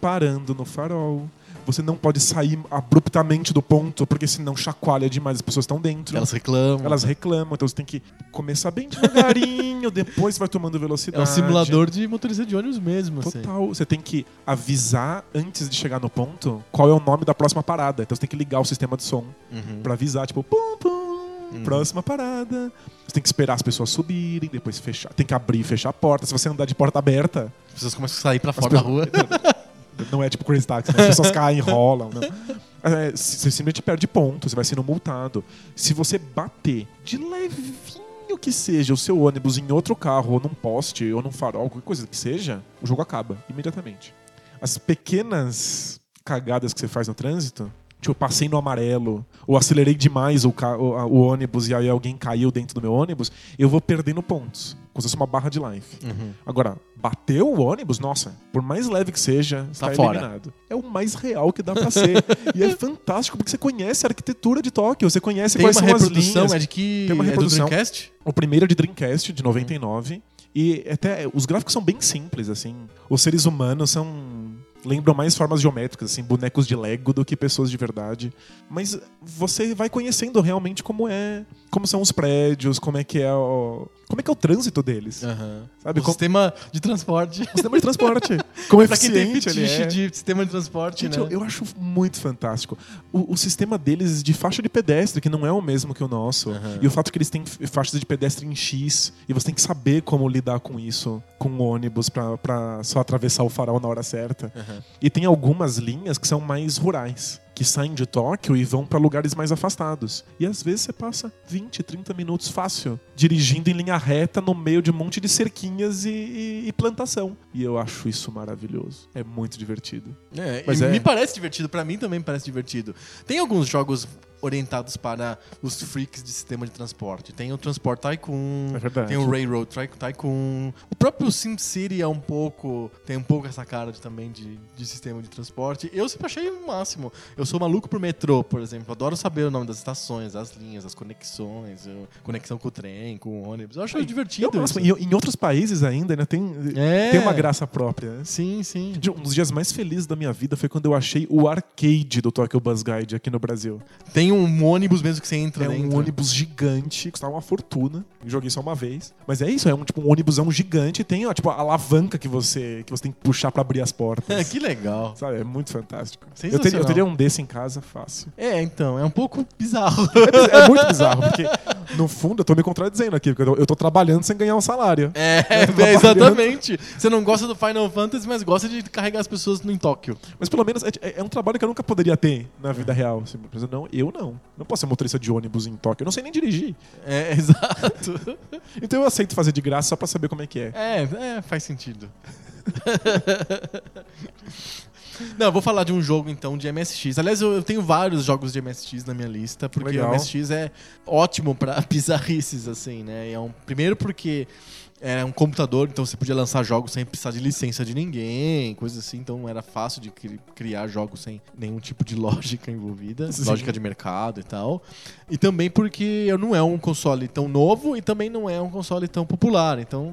Speaker 2: parando no farol. Você não pode sair abruptamente do ponto, porque senão chacoalha demais, as pessoas estão dentro.
Speaker 1: Elas reclamam. É
Speaker 2: Elas reclamam, então você tem que começar bem devagarinho, depois vai tomando
Speaker 1: É
Speaker 2: velocidade.
Speaker 1: um simulador de motorista de ônibus mesmo, assim.
Speaker 2: Total. Você tem que avisar antes de chegar no ponto qual é o nome da próxima parada. Então você tem que ligar o sistema de som
Speaker 1: Uhum.
Speaker 2: pra avisar, tipo, pum, pum, próxima parada. Você tem que esperar as pessoas subirem, depois fechar. Tem que abrir e fechar a porta. Se você andar de porta aberta,
Speaker 1: As pessoas começam a sair pra
Speaker 2: as
Speaker 1: fora da
Speaker 2: pe-
Speaker 1: rua.
Speaker 2: não é tipo Crazy Taxi, né? as pessoas caem, rolam. Não. É, se- você simplesmente perde ponto, você vai sendo multado. Se você bater de levinho que seja o seu ônibus em outro carro, ou num poste, ou num farol, qualquer coisa que seja, o jogo acaba imediatamente. As pequenas cagadas que você faz no trânsito, tipo, eu passei no amarelo, ou acelerei demais o, ca- o- a- o ônibus e aí alguém caiu dentro do meu ônibus, eu vou perdendo pontos. Como se fosse uma barra de life.
Speaker 1: Uhum.
Speaker 2: Agora, bateu o ônibus, nossa, por mais leve que seja, está
Speaker 1: Tá fora.
Speaker 2: eliminado. É o mais real que dá pra ser. e é fantástico, porque você conhece a arquitetura de Tóquio, você conhece
Speaker 1: Tem
Speaker 2: quais
Speaker 1: uma
Speaker 2: são as
Speaker 1: reprodução,
Speaker 2: linhas.
Speaker 1: é de que...
Speaker 2: Tem uma
Speaker 1: É
Speaker 2: reprodução.
Speaker 1: do Dreamcast?
Speaker 2: O primeiro é de Dreamcast, de 99. E até os gráficos são bem simples, assim. Os seres humanos são. Lembram mais formas geométricas, assim, bonecos de Lego do que pessoas de verdade. Mas você vai conhecendo realmente como é. Como são os prédios, como é que é o. Como é que é o trânsito deles.
Speaker 1: Aham.
Speaker 2: Sabe,
Speaker 1: O
Speaker 2: com-
Speaker 1: sistema de transporte.
Speaker 2: O sistema de transporte. Como
Speaker 1: pra quem tem
Speaker 2: eficiente ele
Speaker 1: fetiche
Speaker 2: é.
Speaker 1: de sistema de transporte,
Speaker 2: Gente,
Speaker 1: né?
Speaker 2: eu, eu acho muito fantástico. O, o sistema deles de faixa de pedestre, que não é o mesmo que o nosso. E o fato que eles têm f- faixas de pedestre em X. E você tem que saber como lidar com isso, com o ônibus, pra, pra só atravessar o farol na hora certa. E tem algumas linhas que são mais rurais. que saem de Tóquio e vão pra lugares mais afastados. E às vezes você passa 20, 30 minutos fácil dirigindo em linha reta no meio de um monte de cerquinhas e, e- e plantação. E eu acho isso maravilhoso. É muito divertido.
Speaker 1: É,
Speaker 2: Mas
Speaker 1: e
Speaker 2: é.
Speaker 1: me parece divertido, pra mim também parece divertido. Tem alguns jogos orientados para os freaks de sistema de transporte. Tem o Transport Tycoon,
Speaker 2: É verdade.
Speaker 1: tem o Railroad Ty- Tycoon. O próprio SimCity é um pouco, tem um pouco essa cara de- também de, de sistema de transporte. Eu sempre achei o máximo. Eu sou maluco por metrô, por exemplo. Adoro saber o nome das estações, das linhas, das conexões, eu- conexão com o trem, com o ônibus. Eu acho divertido.
Speaker 2: Eu,
Speaker 1: isso. né?
Speaker 2: nossa, em, em outros países ainda, né, tem,
Speaker 1: É.
Speaker 2: tem uma graça própria. né?
Speaker 1: Sim, sim.
Speaker 2: De- Um dos dias mais felizes da minha vida foi quando eu achei o arcade do Tokyo Bus Guide aqui no Brasil.
Speaker 1: Tem um ônibus mesmo que você entra
Speaker 2: É um
Speaker 1: dentro.
Speaker 2: ônibus gigante, custava uma fortuna. Joguei só uma vez. Mas é isso, é um tipo um ônibusão gigante. Tem ó, tipo, a alavanca que você, que você tem que puxar pra abrir as portas.
Speaker 1: que legal.
Speaker 2: Sabe, é muito fantástico. Eu
Speaker 1: Sensacional.
Speaker 2: teria, eu teria um desse em casa fácil.
Speaker 1: É, então, é um pouco bizarro.
Speaker 2: É, biz- é muito bizarro, porque no fundo eu tô me contradizendo aqui, porque eu tô, eu tô trabalhando sem ganhar um salário.
Speaker 1: É, é, exatamente. Você não gosta do Final Fantasy, mas gosta de carregar as pessoas no- em Tóquio.
Speaker 2: Mas pelo menos é, é- é um trabalho que eu nunca poderia ter na
Speaker 1: É.
Speaker 2: vida real. Assim, por exemplo, não, eu não. Não posso ser motorista de ônibus em Tóquio. Eu não sei nem dirigir.
Speaker 1: É, exato.
Speaker 2: Então eu aceito fazer de graça só pra saber como é que é.
Speaker 1: É, é, faz sentido. Não, eu vou falar de um jogo então de MSX. Aliás, eu, eu tenho vários jogos de MSX na minha lista, porque
Speaker 2: Legal.
Speaker 1: o MSX é ótimo pra bizarrices, assim, né? E É um, primeiro porque era um computador, então você podia lançar jogos sem precisar de licença de ninguém, coisa assim, então era fácil de cri- criar jogos sem nenhum tipo de lógica envolvida,
Speaker 2: Sim.
Speaker 1: lógica de mercado e tal. E também porque não é um console tão novo e também não é um console tão popular, então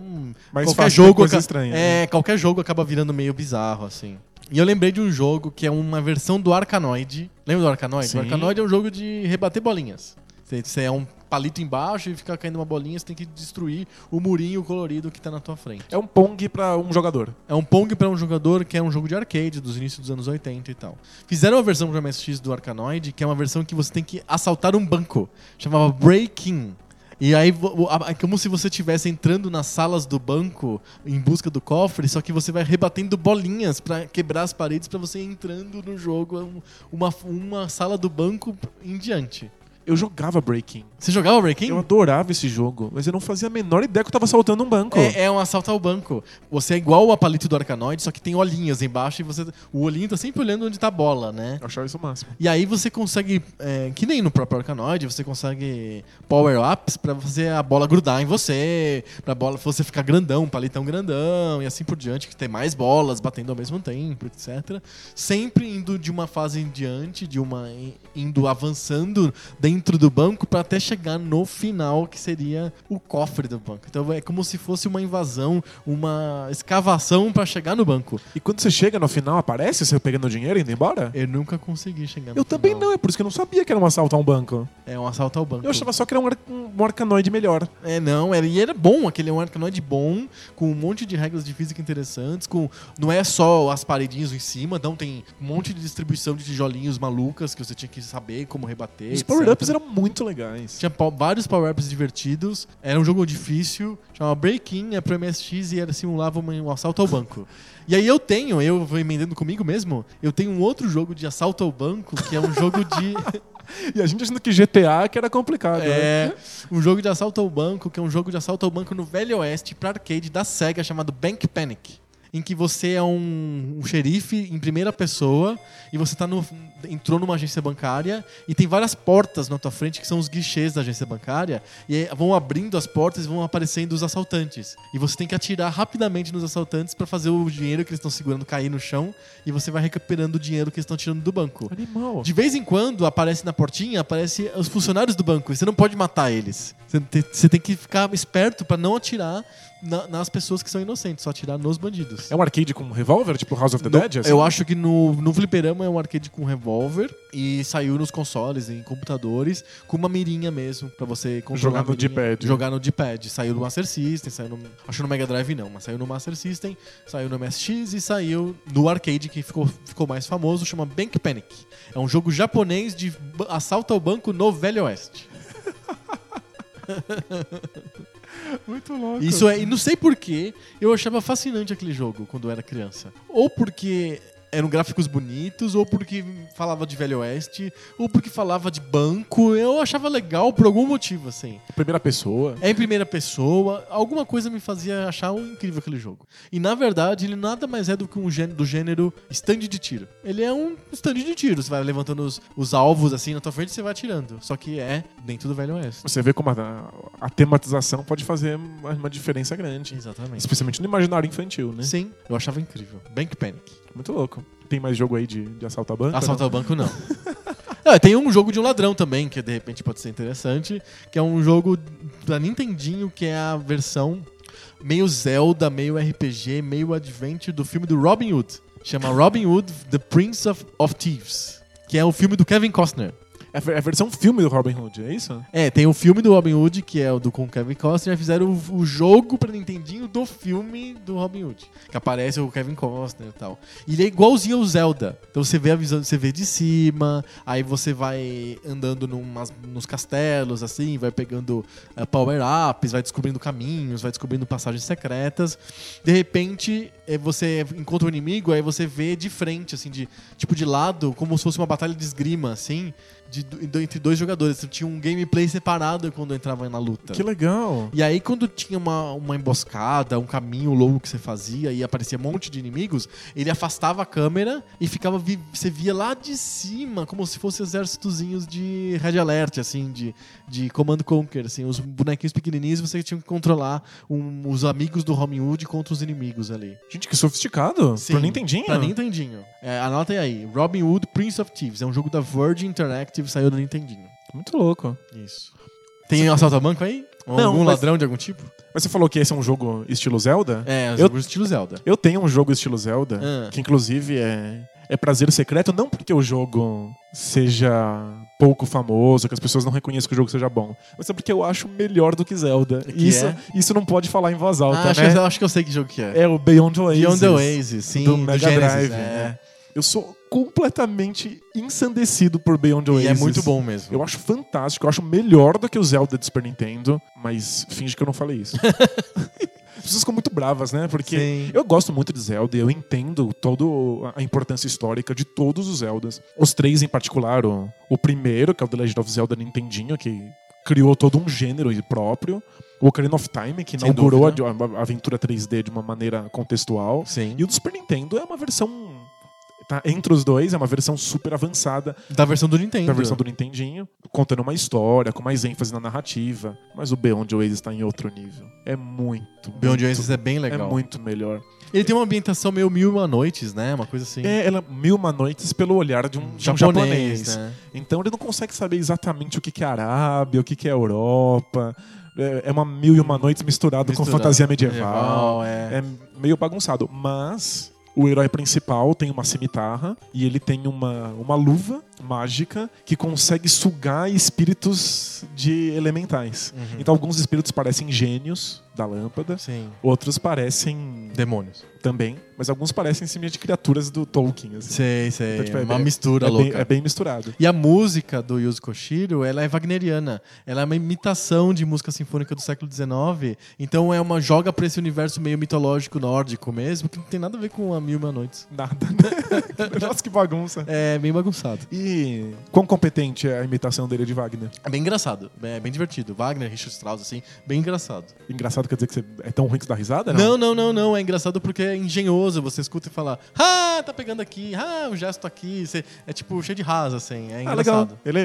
Speaker 2: Mas
Speaker 1: qualquer
Speaker 2: faz
Speaker 1: jogo
Speaker 2: coisa
Speaker 1: aca-
Speaker 2: estranha. né?
Speaker 1: É, qualquer jogo acaba virando meio bizarro, assim. E eu lembrei de um jogo que é uma versão do Arkanoid. Lembra do Arkanoid?
Speaker 2: Sim.
Speaker 1: O Arkanoid é um jogo de rebater bolinhas. Você- Você é um palito embaixo e fica caindo uma bolinha, você tem que destruir o murinho colorido que tá na tua frente.
Speaker 2: É um Pong pra um jogador.
Speaker 1: É um Pong pra um jogador que é um jogo de arcade dos inícios dos anos 80 e tal. Fizeram uma versão pro MSX do Arkanoid, que é uma versão que você tem que assaltar um banco. Chamava Breaking. E aí, vo- a- é como se você estivesse entrando nas salas do banco em busca do cofre, só que você vai rebatendo bolinhas pra quebrar as paredes pra você ir entrando no jogo, é um- uma, uma sala do banco em diante.
Speaker 2: Eu jogava Breaking.
Speaker 1: Você jogava Breaking?
Speaker 2: Eu adorava esse jogo, mas eu não fazia a menor ideia que eu tava saltando um banco.
Speaker 1: É, é um assalto ao banco. Você é igual o palito do Arcanoide, só que tem olhinhas embaixo e você. O olhinho tá sempre olhando onde tá a bola, né?
Speaker 2: Eu achava isso o máximo.
Speaker 1: E aí você consegue. é, que nem no próprio Arcanoide, você consegue power-ups pra você a bola grudar em você, pra bola você ficar grandão, um palitão grandão, e assim por diante, que tem mais bolas batendo ao mesmo tempo, etc. Sempre indo de uma fase em diante, de uma. indo avançando dentro do banco pra até chegar no final, que seria o cofre do banco. Então é como se fosse uma invasão, uma escavação pra chegar no banco.
Speaker 2: E quando você chega no final, aparece você pegando o dinheiro e indo embora?
Speaker 1: Eu nunca consegui chegar no
Speaker 2: Eu também
Speaker 1: final.
Speaker 2: não, é por isso que eu não sabia que era um assalto a um banco.
Speaker 1: É um assalto ao banco.
Speaker 2: Eu achava só que era um, ar- um arcanoide melhor.
Speaker 1: É, não, era, e era bom, aquele é um arcanoide bom, com um monte de regras de física interessantes, com não é só as paredinhas em cima, não tem um monte de distribuição de tijolinhos malucas que você tinha que saber como rebater.
Speaker 2: Os
Speaker 1: etc.
Speaker 2: power-ups eram muito legais.
Speaker 1: Tinha po- vários power-ups divertidos, era um jogo difícil, chamava Breaking, é pro MSX e era simulava uma- um assalto ao banco. E aí eu tenho, eu vou emendando comigo mesmo, eu tenho um outro jogo de assalto ao banco, que é um jogo de.
Speaker 2: E a gente achando que GTA que era complicado. né?
Speaker 1: É, um jogo de assalto ao banco, que é um jogo de assalto ao banco no Velho Oeste pra arcade da SEGA chamado Bank Panic. Em que você é um, um xerife em primeira pessoa e você tá no, entrou numa agência bancária e tem várias portas na tua frente que são os guichês da agência bancária e aí vão abrindo as portas e vão aparecendo os assaltantes. E você tem que atirar rapidamente nos assaltantes pra fazer o dinheiro que eles estão segurando cair no chão e você vai recuperando o dinheiro que eles estão tirando do banco.
Speaker 2: Animal.
Speaker 1: De vez em quando aparece na portinha, aparece os funcionários do banco. E você não pode matar eles. Você te- você tem que ficar esperto pra não atirar na- nas pessoas que são inocentes, só atirar nos bandidos.
Speaker 2: É um arcade com um revólver, tipo House of the
Speaker 1: No-
Speaker 2: Dead? assim?
Speaker 1: eu acho que no, no Fliperama é um arcade com revólver e saiu nos consoles, em computadores, com uma mirinha mesmo, pra você controlar
Speaker 2: Jogar no
Speaker 1: a mirinha.
Speaker 2: D-pad.
Speaker 1: Jogar no D-pad. Saiu no Master System, saiu no. Acho que no Mega Drive não, mas saiu no Master System, saiu no MSX e saiu no arcade que ficou, ficou mais famoso, chama Bank Panic. É um jogo japonês de ba- assalto ao banco no Velho Oeste.
Speaker 2: Muito louco.
Speaker 1: é, Isso é, e não sei porquê, eu achava fascinante aquele jogo quando eu era criança. Ou porque eram gráficos bonitos, ou porque falava de Velho Oeste, ou porque falava de banco. Eu achava legal por algum motivo, assim.
Speaker 2: Primeira pessoa.
Speaker 1: É em primeira pessoa, alguma coisa me fazia achar um incrível aquele jogo. E na verdade, ele nada mais é do que um gênero, do gênero stand de tiro. Ele é um stand de tiro, você vai levantando os, os alvos assim na tua frente e você vai atirando. Só que é dentro do Velho Oeste.
Speaker 2: Você vê como a, a tematização pode fazer uma, uma diferença grande.
Speaker 1: Exatamente.
Speaker 2: Especialmente no imaginário infantil, né?
Speaker 1: Sim, eu achava incrível. Bank Panic.
Speaker 2: Muito louco. Tem mais jogo aí de, de assalto a banco?
Speaker 1: Assalto ao banco, não. Não, tem um jogo de um ladrão também, que de repente pode ser interessante, que é um jogo da Nintendinho, que é a versão meio Zelda, meio RPG, meio adventure do filme do Robin Hood. Chama Robin Hood The Prince of, of Thieves, que é o filme do Kevin Costner.
Speaker 2: É a ver- é a versão filme do Robin Hood, é isso?
Speaker 1: É, tem o filme do Robin Hood, que é o do com o Kevin Costner, e fizeram o, o jogo pra Nintendinho do filme do Robin Hood. Que aparece o Kevin Costner e tal. E ele é igualzinho ao Zelda. Então você vê a visão, você vê de cima, aí você vai andando numas, nos castelos, assim, vai pegando eh, power-ups, vai descobrindo caminhos, vai descobrindo passagens secretas. De repente, eh, você encontra o inimigo, aí você vê de frente, assim, de tipo de lado, como se fosse uma batalha de esgrima, assim de- do- entre dois jogadores. Tinha um gameplay separado quando eu entrava na luta.
Speaker 2: Que legal.
Speaker 1: E aí, quando tinha uma, uma emboscada, um caminho longo que você fazia e aparecia um monte de inimigos, ele afastava a câmera e ficava. vi- Você via lá de cima, como se fossem exércitozinhos de Red Alert, assim, de, de Command Conquer, assim, os bonequinhos pequenininhos você tinha que controlar um- os amigos do Robin Hood contra os inimigos ali.
Speaker 2: Gente, que sofisticado.
Speaker 1: Sim,
Speaker 2: Pra Nintendinho.
Speaker 1: Pra Nintendinho. É, anotem aí: Robin Hood Prince of Thieves. É um jogo da Verge Interactive, saiu do Nintendinho.
Speaker 2: Muito louco.
Speaker 1: Isso. Tem assalto a banco aí? Ou
Speaker 2: Não,
Speaker 1: algum
Speaker 2: mas-
Speaker 1: ladrão de algum tipo?
Speaker 2: Mas você falou que esse é um jogo estilo Zelda?
Speaker 1: É, os
Speaker 2: Eu-
Speaker 1: jogos estilo Zelda.
Speaker 2: Eu tenho um jogo estilo Zelda,
Speaker 1: Ah.
Speaker 2: que inclusive é, é prazer secreto, não porque o jogo seja pouco famoso, que as pessoas não reconheçam que o jogo seja bom, mas é porque eu acho melhor do que Zelda.
Speaker 1: Que
Speaker 2: E isso,
Speaker 1: é?
Speaker 2: isso não pode falar em voz alta,
Speaker 1: Ah, acho, que,
Speaker 2: né?
Speaker 1: eu- acho que eu sei que jogo que é.
Speaker 2: É o Beyond Oasis.
Speaker 1: Beyond the Oasis, sim.
Speaker 2: do Mega
Speaker 1: Genesis,
Speaker 2: Drive.
Speaker 1: é.
Speaker 2: né? Eu sou completamente ensandecido por Beyond
Speaker 1: E
Speaker 2: Oasis.
Speaker 1: é muito bom mesmo.
Speaker 2: Eu acho fantástico, eu acho melhor do que o Zelda de Super Nintendo, mas finge que eu não falei isso. As pessoas ficam muito bravas, né? Porque
Speaker 1: Sim.
Speaker 2: eu gosto muito de Zelda e eu entendo toda a importância histórica de todos os Zeldas. Os três em particular, o, o primeiro, que é o The Legend of Zelda Nintendinho, que criou todo um gênero próprio. O Ocarina of Time, que
Speaker 1: Sem
Speaker 2: inaugurou a,
Speaker 1: dúvida.
Speaker 2: a- a aventura 3D de uma maneira contextual.
Speaker 1: Sim.
Speaker 2: E o do Super Nintendo é uma versão... Tá, entre os dois, é uma versão super avançada
Speaker 1: Da versão do Nintendo.
Speaker 2: da versão do Nintendinho, contando uma história, com mais ênfase na narrativa. Mas o Beyond Oasis está em outro nível. É muito.
Speaker 1: Beyond
Speaker 2: muito,
Speaker 1: Oasis é bem
Speaker 2: é
Speaker 1: legal.
Speaker 2: muito melhor.
Speaker 1: Ele tem uma ambientação meio Mil e Uma Noites, né? Uma coisa assim.
Speaker 2: É, ela mil uma noites pelo olhar de um, de um japonês.
Speaker 1: Hum, né?
Speaker 2: Então ele não consegue saber exatamente o que que é Arábia, o que que é Europa. É é uma mil e uma noites misturado, com
Speaker 1: Misturado. É,
Speaker 2: fantasia medieval.
Speaker 1: Medieval, é.
Speaker 2: É meio bagunçado. Mas o herói principal tem uma cimitarra e ele tem uma, uma luva mágica que consegue sugar espíritos de elementais. Então alguns espíritos parecem gênios da lâmpada.
Speaker 1: Sim.
Speaker 2: Outros parecem
Speaker 1: Demônios.
Speaker 2: também, mas alguns parecem simplesmente criaturas do Tolkien. assim.
Speaker 1: Sei, sei.
Speaker 2: Então, tipo,
Speaker 1: uma
Speaker 2: bem-
Speaker 1: mistura
Speaker 2: é bem-
Speaker 1: louca.
Speaker 2: é bem misturado.
Speaker 1: E a música do Yuzo Koshiro, ela é wagneriana. Ela é uma imitação de música sinfônica do século XIX. Então é uma joga pra esse universo meio mitológico nórdico mesmo, que não tem nada a ver com a Mil e Uma Noites.
Speaker 2: Nada. né? Nossa, que bagunça.
Speaker 1: É bem bagunçado.
Speaker 2: E quão competente é a imitação dele de Wagner?
Speaker 1: É bem engraçado. É bem divertido. Wagner, Richard Strauss, assim, bem engraçado.
Speaker 2: Engraçado quer dizer que você é tão ruim que você dá risada?
Speaker 1: Não, não, não, não. É engraçado porque é engenhoso. Você escuta e fala, ah, tá pegando aqui, ah, um gesto aqui. Você- é tipo cheio de rasa, assim. É
Speaker 2: Ah, legal.
Speaker 1: engraçado.
Speaker 2: Ele é,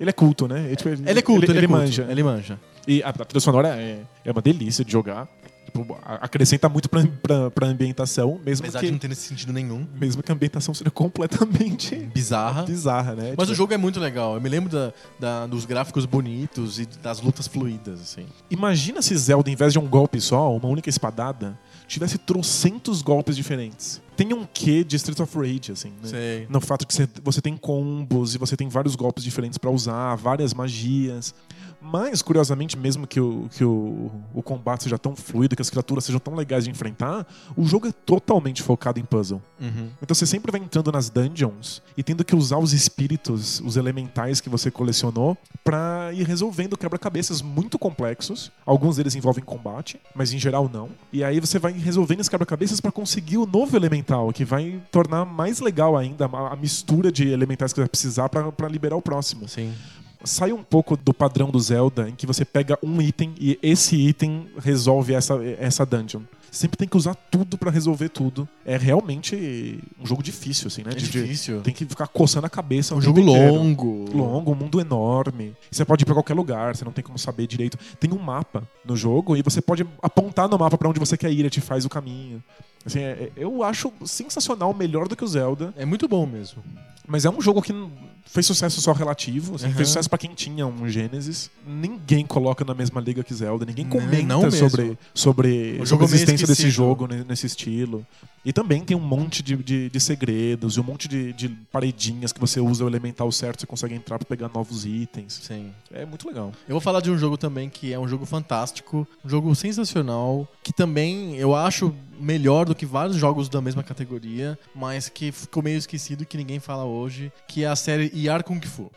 Speaker 2: ele é culto, né? tipo,
Speaker 1: Ele é culto, ele, é culto.
Speaker 2: manja.
Speaker 1: Ele manja.
Speaker 2: E a, a trilha sonora é, é uma delícia de jogar. Tipo, a- acrescenta muito pra, pra, pra ambientação, mesmo
Speaker 1: Apesar de
Speaker 2: que,
Speaker 1: não ter sentido nenhum.
Speaker 2: mesmo que a ambientação seja completamente
Speaker 1: Bizarra.
Speaker 2: bizarra, né?
Speaker 1: Mas
Speaker 2: Tipo,
Speaker 1: o jogo é muito legal. Eu me lembro da- da- dos gráficos bonitos e das lutas fluidas, assim.
Speaker 2: Imagina se Zelda, em vez de um golpe só, uma única espadada, tivesse trocentos golpes diferentes. Tem um quê de Street of Rage, assim, né?
Speaker 1: Sei.
Speaker 2: No fato que você- você tem combos e você tem vários golpes diferentes pra usar, várias magias. Mas, curiosamente, mesmo que, o, que o, o combate seja tão fluido, que as criaturas sejam tão legais de enfrentar, o jogo é totalmente focado em puzzle.
Speaker 1: Uhum.
Speaker 2: Então você sempre vai entrando nas dungeons e tendo que usar os espíritos, os elementais que você colecionou, pra ir resolvendo quebra-cabeças muito complexos. Alguns deles envolvem combate, mas em geral não. E aí você vai resolvendo esses quebra-cabeças pra conseguir o novo elemental, que vai tornar mais legal ainda a a mistura de elementais que você vai precisar pra pra liberar o próximo
Speaker 1: Sim.
Speaker 2: sai um pouco do padrão do Zelda, em que você pega um item e esse item resolve essa, essa dungeon. Sempre tem que usar tudo pra resolver tudo. É realmente um jogo difícil, assim, né?
Speaker 1: É
Speaker 2: De- de-
Speaker 1: difícil.
Speaker 2: tem que ficar coçando a cabeça. o
Speaker 1: Um
Speaker 2: tempo
Speaker 1: jogo
Speaker 2: inteiro.
Speaker 1: né? longo.
Speaker 2: Longo, um mundo enorme. Você pode ir pra qualquer lugar, você não tem como saber direito. Tem um mapa no jogo e você pode apontar no mapa pra onde você quer ir, ele te faz o caminho. Assim, é- é- eu acho sensacional, melhor do que o Zelda.
Speaker 1: É muito bom mesmo.
Speaker 2: Mas é um jogo que não- fez sucesso só relativo, assim,
Speaker 1: Aham.
Speaker 2: fez sucesso pra quem tinha um Genesis. Ninguém coloca na mesma liga que Zelda, ninguém
Speaker 1: Não,
Speaker 2: comenta
Speaker 1: Né, não mesmo.
Speaker 2: sobre, sobre,
Speaker 1: O
Speaker 2: sobre
Speaker 1: jogo é
Speaker 2: a
Speaker 1: meio
Speaker 2: existência desse
Speaker 1: esquecido.
Speaker 2: jogo ne- nesse estilo. E também tem um monte de, de, de segredos e um monte de, de paredinhas que você usa o elemental certo, você consegue entrar pra pegar novos itens.
Speaker 1: Sim.
Speaker 2: É muito legal.
Speaker 1: Eu vou falar de um jogo também que é um jogo fantástico, um jogo sensacional, que também eu acho melhor do que vários jogos da mesma categoria, mas que ficou meio esquecido e que ninguém fala hoje, que é a série Yar Kung Fu.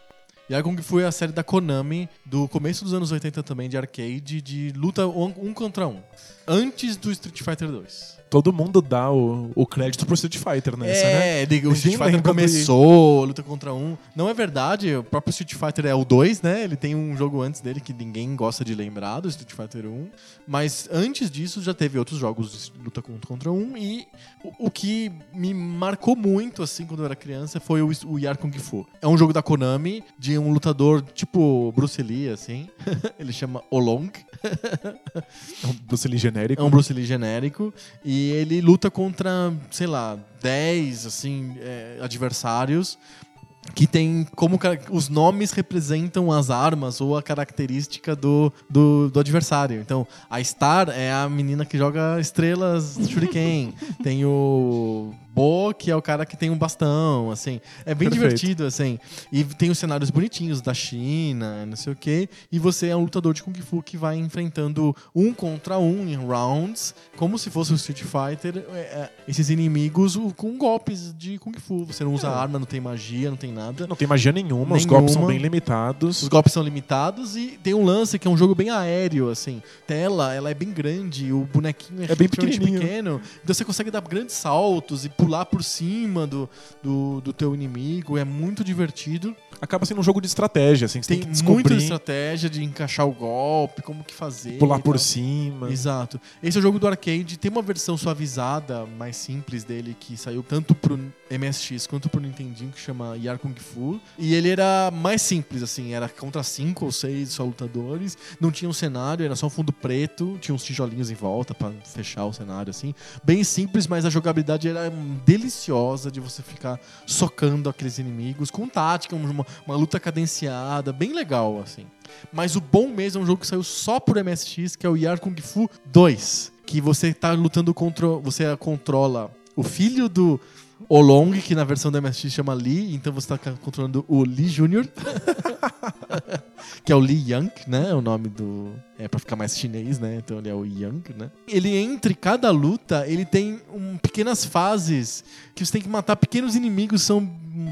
Speaker 1: Yar Kung Fu é a série da Konami, do começo dos anos 80 também, de arcade, de luta um, um contra um. Antes do Street Fighter 2.
Speaker 2: Todo mundo dá o, o crédito pro Street Fighter nessa, né?
Speaker 1: é, ele- o
Speaker 2: Ninguém
Speaker 1: Street Fighter
Speaker 2: lembra do-
Speaker 1: começou, a luta contra um. Não é verdade, o próprio Street Fighter é o 2, né? Ele tem um jogo antes dele que ninguém gosta de lembrar, do Street Fighter 1. Mas antes disso já teve outros jogos de luta con- contra um. E o, o que me marcou muito, assim, quando eu era criança, foi o, o Yar Kung Fu. É um jogo da Konami, de um lutador tipo Bruce Lee, assim. ele chama Olong.
Speaker 2: É um Bruce Lee genérico.
Speaker 1: É um Bruce Lee genérico. E ele luta contra, sei lá, 10 assim, é, adversários que tem como cara- os nomes representam as armas ou a característica do, do, do adversário. Então, a Star é a menina que joga estrelas shuriken. tem o Bo, que é o cara que tem um bastão, assim. É bem
Speaker 2: Perfeito.
Speaker 1: divertido, assim. E tem os cenários bonitinhos da China, não sei o quê. E você é um lutador de Kung Fu que vai enfrentando um contra um em rounds, como se fosse o Street Fighter, é, é, esses inimigos o- com golpes de Kung Fu. Você
Speaker 2: É.
Speaker 1: não usa arma, não tem magia, não tem nada.
Speaker 2: Não tem magia nenhuma, os
Speaker 1: Nenhuma.
Speaker 2: golpes são bem
Speaker 1: Os
Speaker 2: limitados.
Speaker 1: golpes são limitados e tem um lance que é um jogo bem aéreo, assim. Tela, ela é bem grande, o bonequinho é,
Speaker 2: É bem
Speaker 1: relativamente
Speaker 2: pequenininho.
Speaker 1: pequeno. Então você consegue dar grandes saltos e pular por cima do, do, do teu inimigo. É muito divertido.
Speaker 2: Acaba sendo um jogo de estratégia, assim, você tem,
Speaker 1: Tem,
Speaker 2: que
Speaker 1: muita
Speaker 2: descobrir,
Speaker 1: estratégia de encaixar o golpe, como que fazer.
Speaker 2: pular
Speaker 1: e
Speaker 2: Tipo, por
Speaker 1: tal.
Speaker 2: cima.
Speaker 1: Exato. Esse é o jogo do arcade. Tem uma versão suavizada, mais simples dele, que saiu tanto pro MSX quanto pro Nintendinho, que chama Yar Kung Fu. E ele era mais simples, assim. Era contra cinco ou seis só lutadores. Não tinha um cenário, era só um fundo preto. Tinha uns tijolinhos em volta pra fechar o cenário, assim. Bem simples, mas a jogabilidade era hum, deliciosa de você ficar socando aqueles inimigos com tática, uma, uma luta cadenciada. Bem legal, assim. Mas o bom mesmo é um jogo que saiu só por MSX, que é o Yar Kung Fu 2. Que você tá lutando contra. Você controla o filho do Olong, que na versão da MSX chama Lee, então você tá ca- controlando o Lee Jr. que é o Lee Yang, né? É o nome do. É pra ficar mais chinês, né? Então ele é o Yang, né? Ele, entre cada luta, ele tem um, pequenas fases que você tem que matar pequenos inimigos, são hum,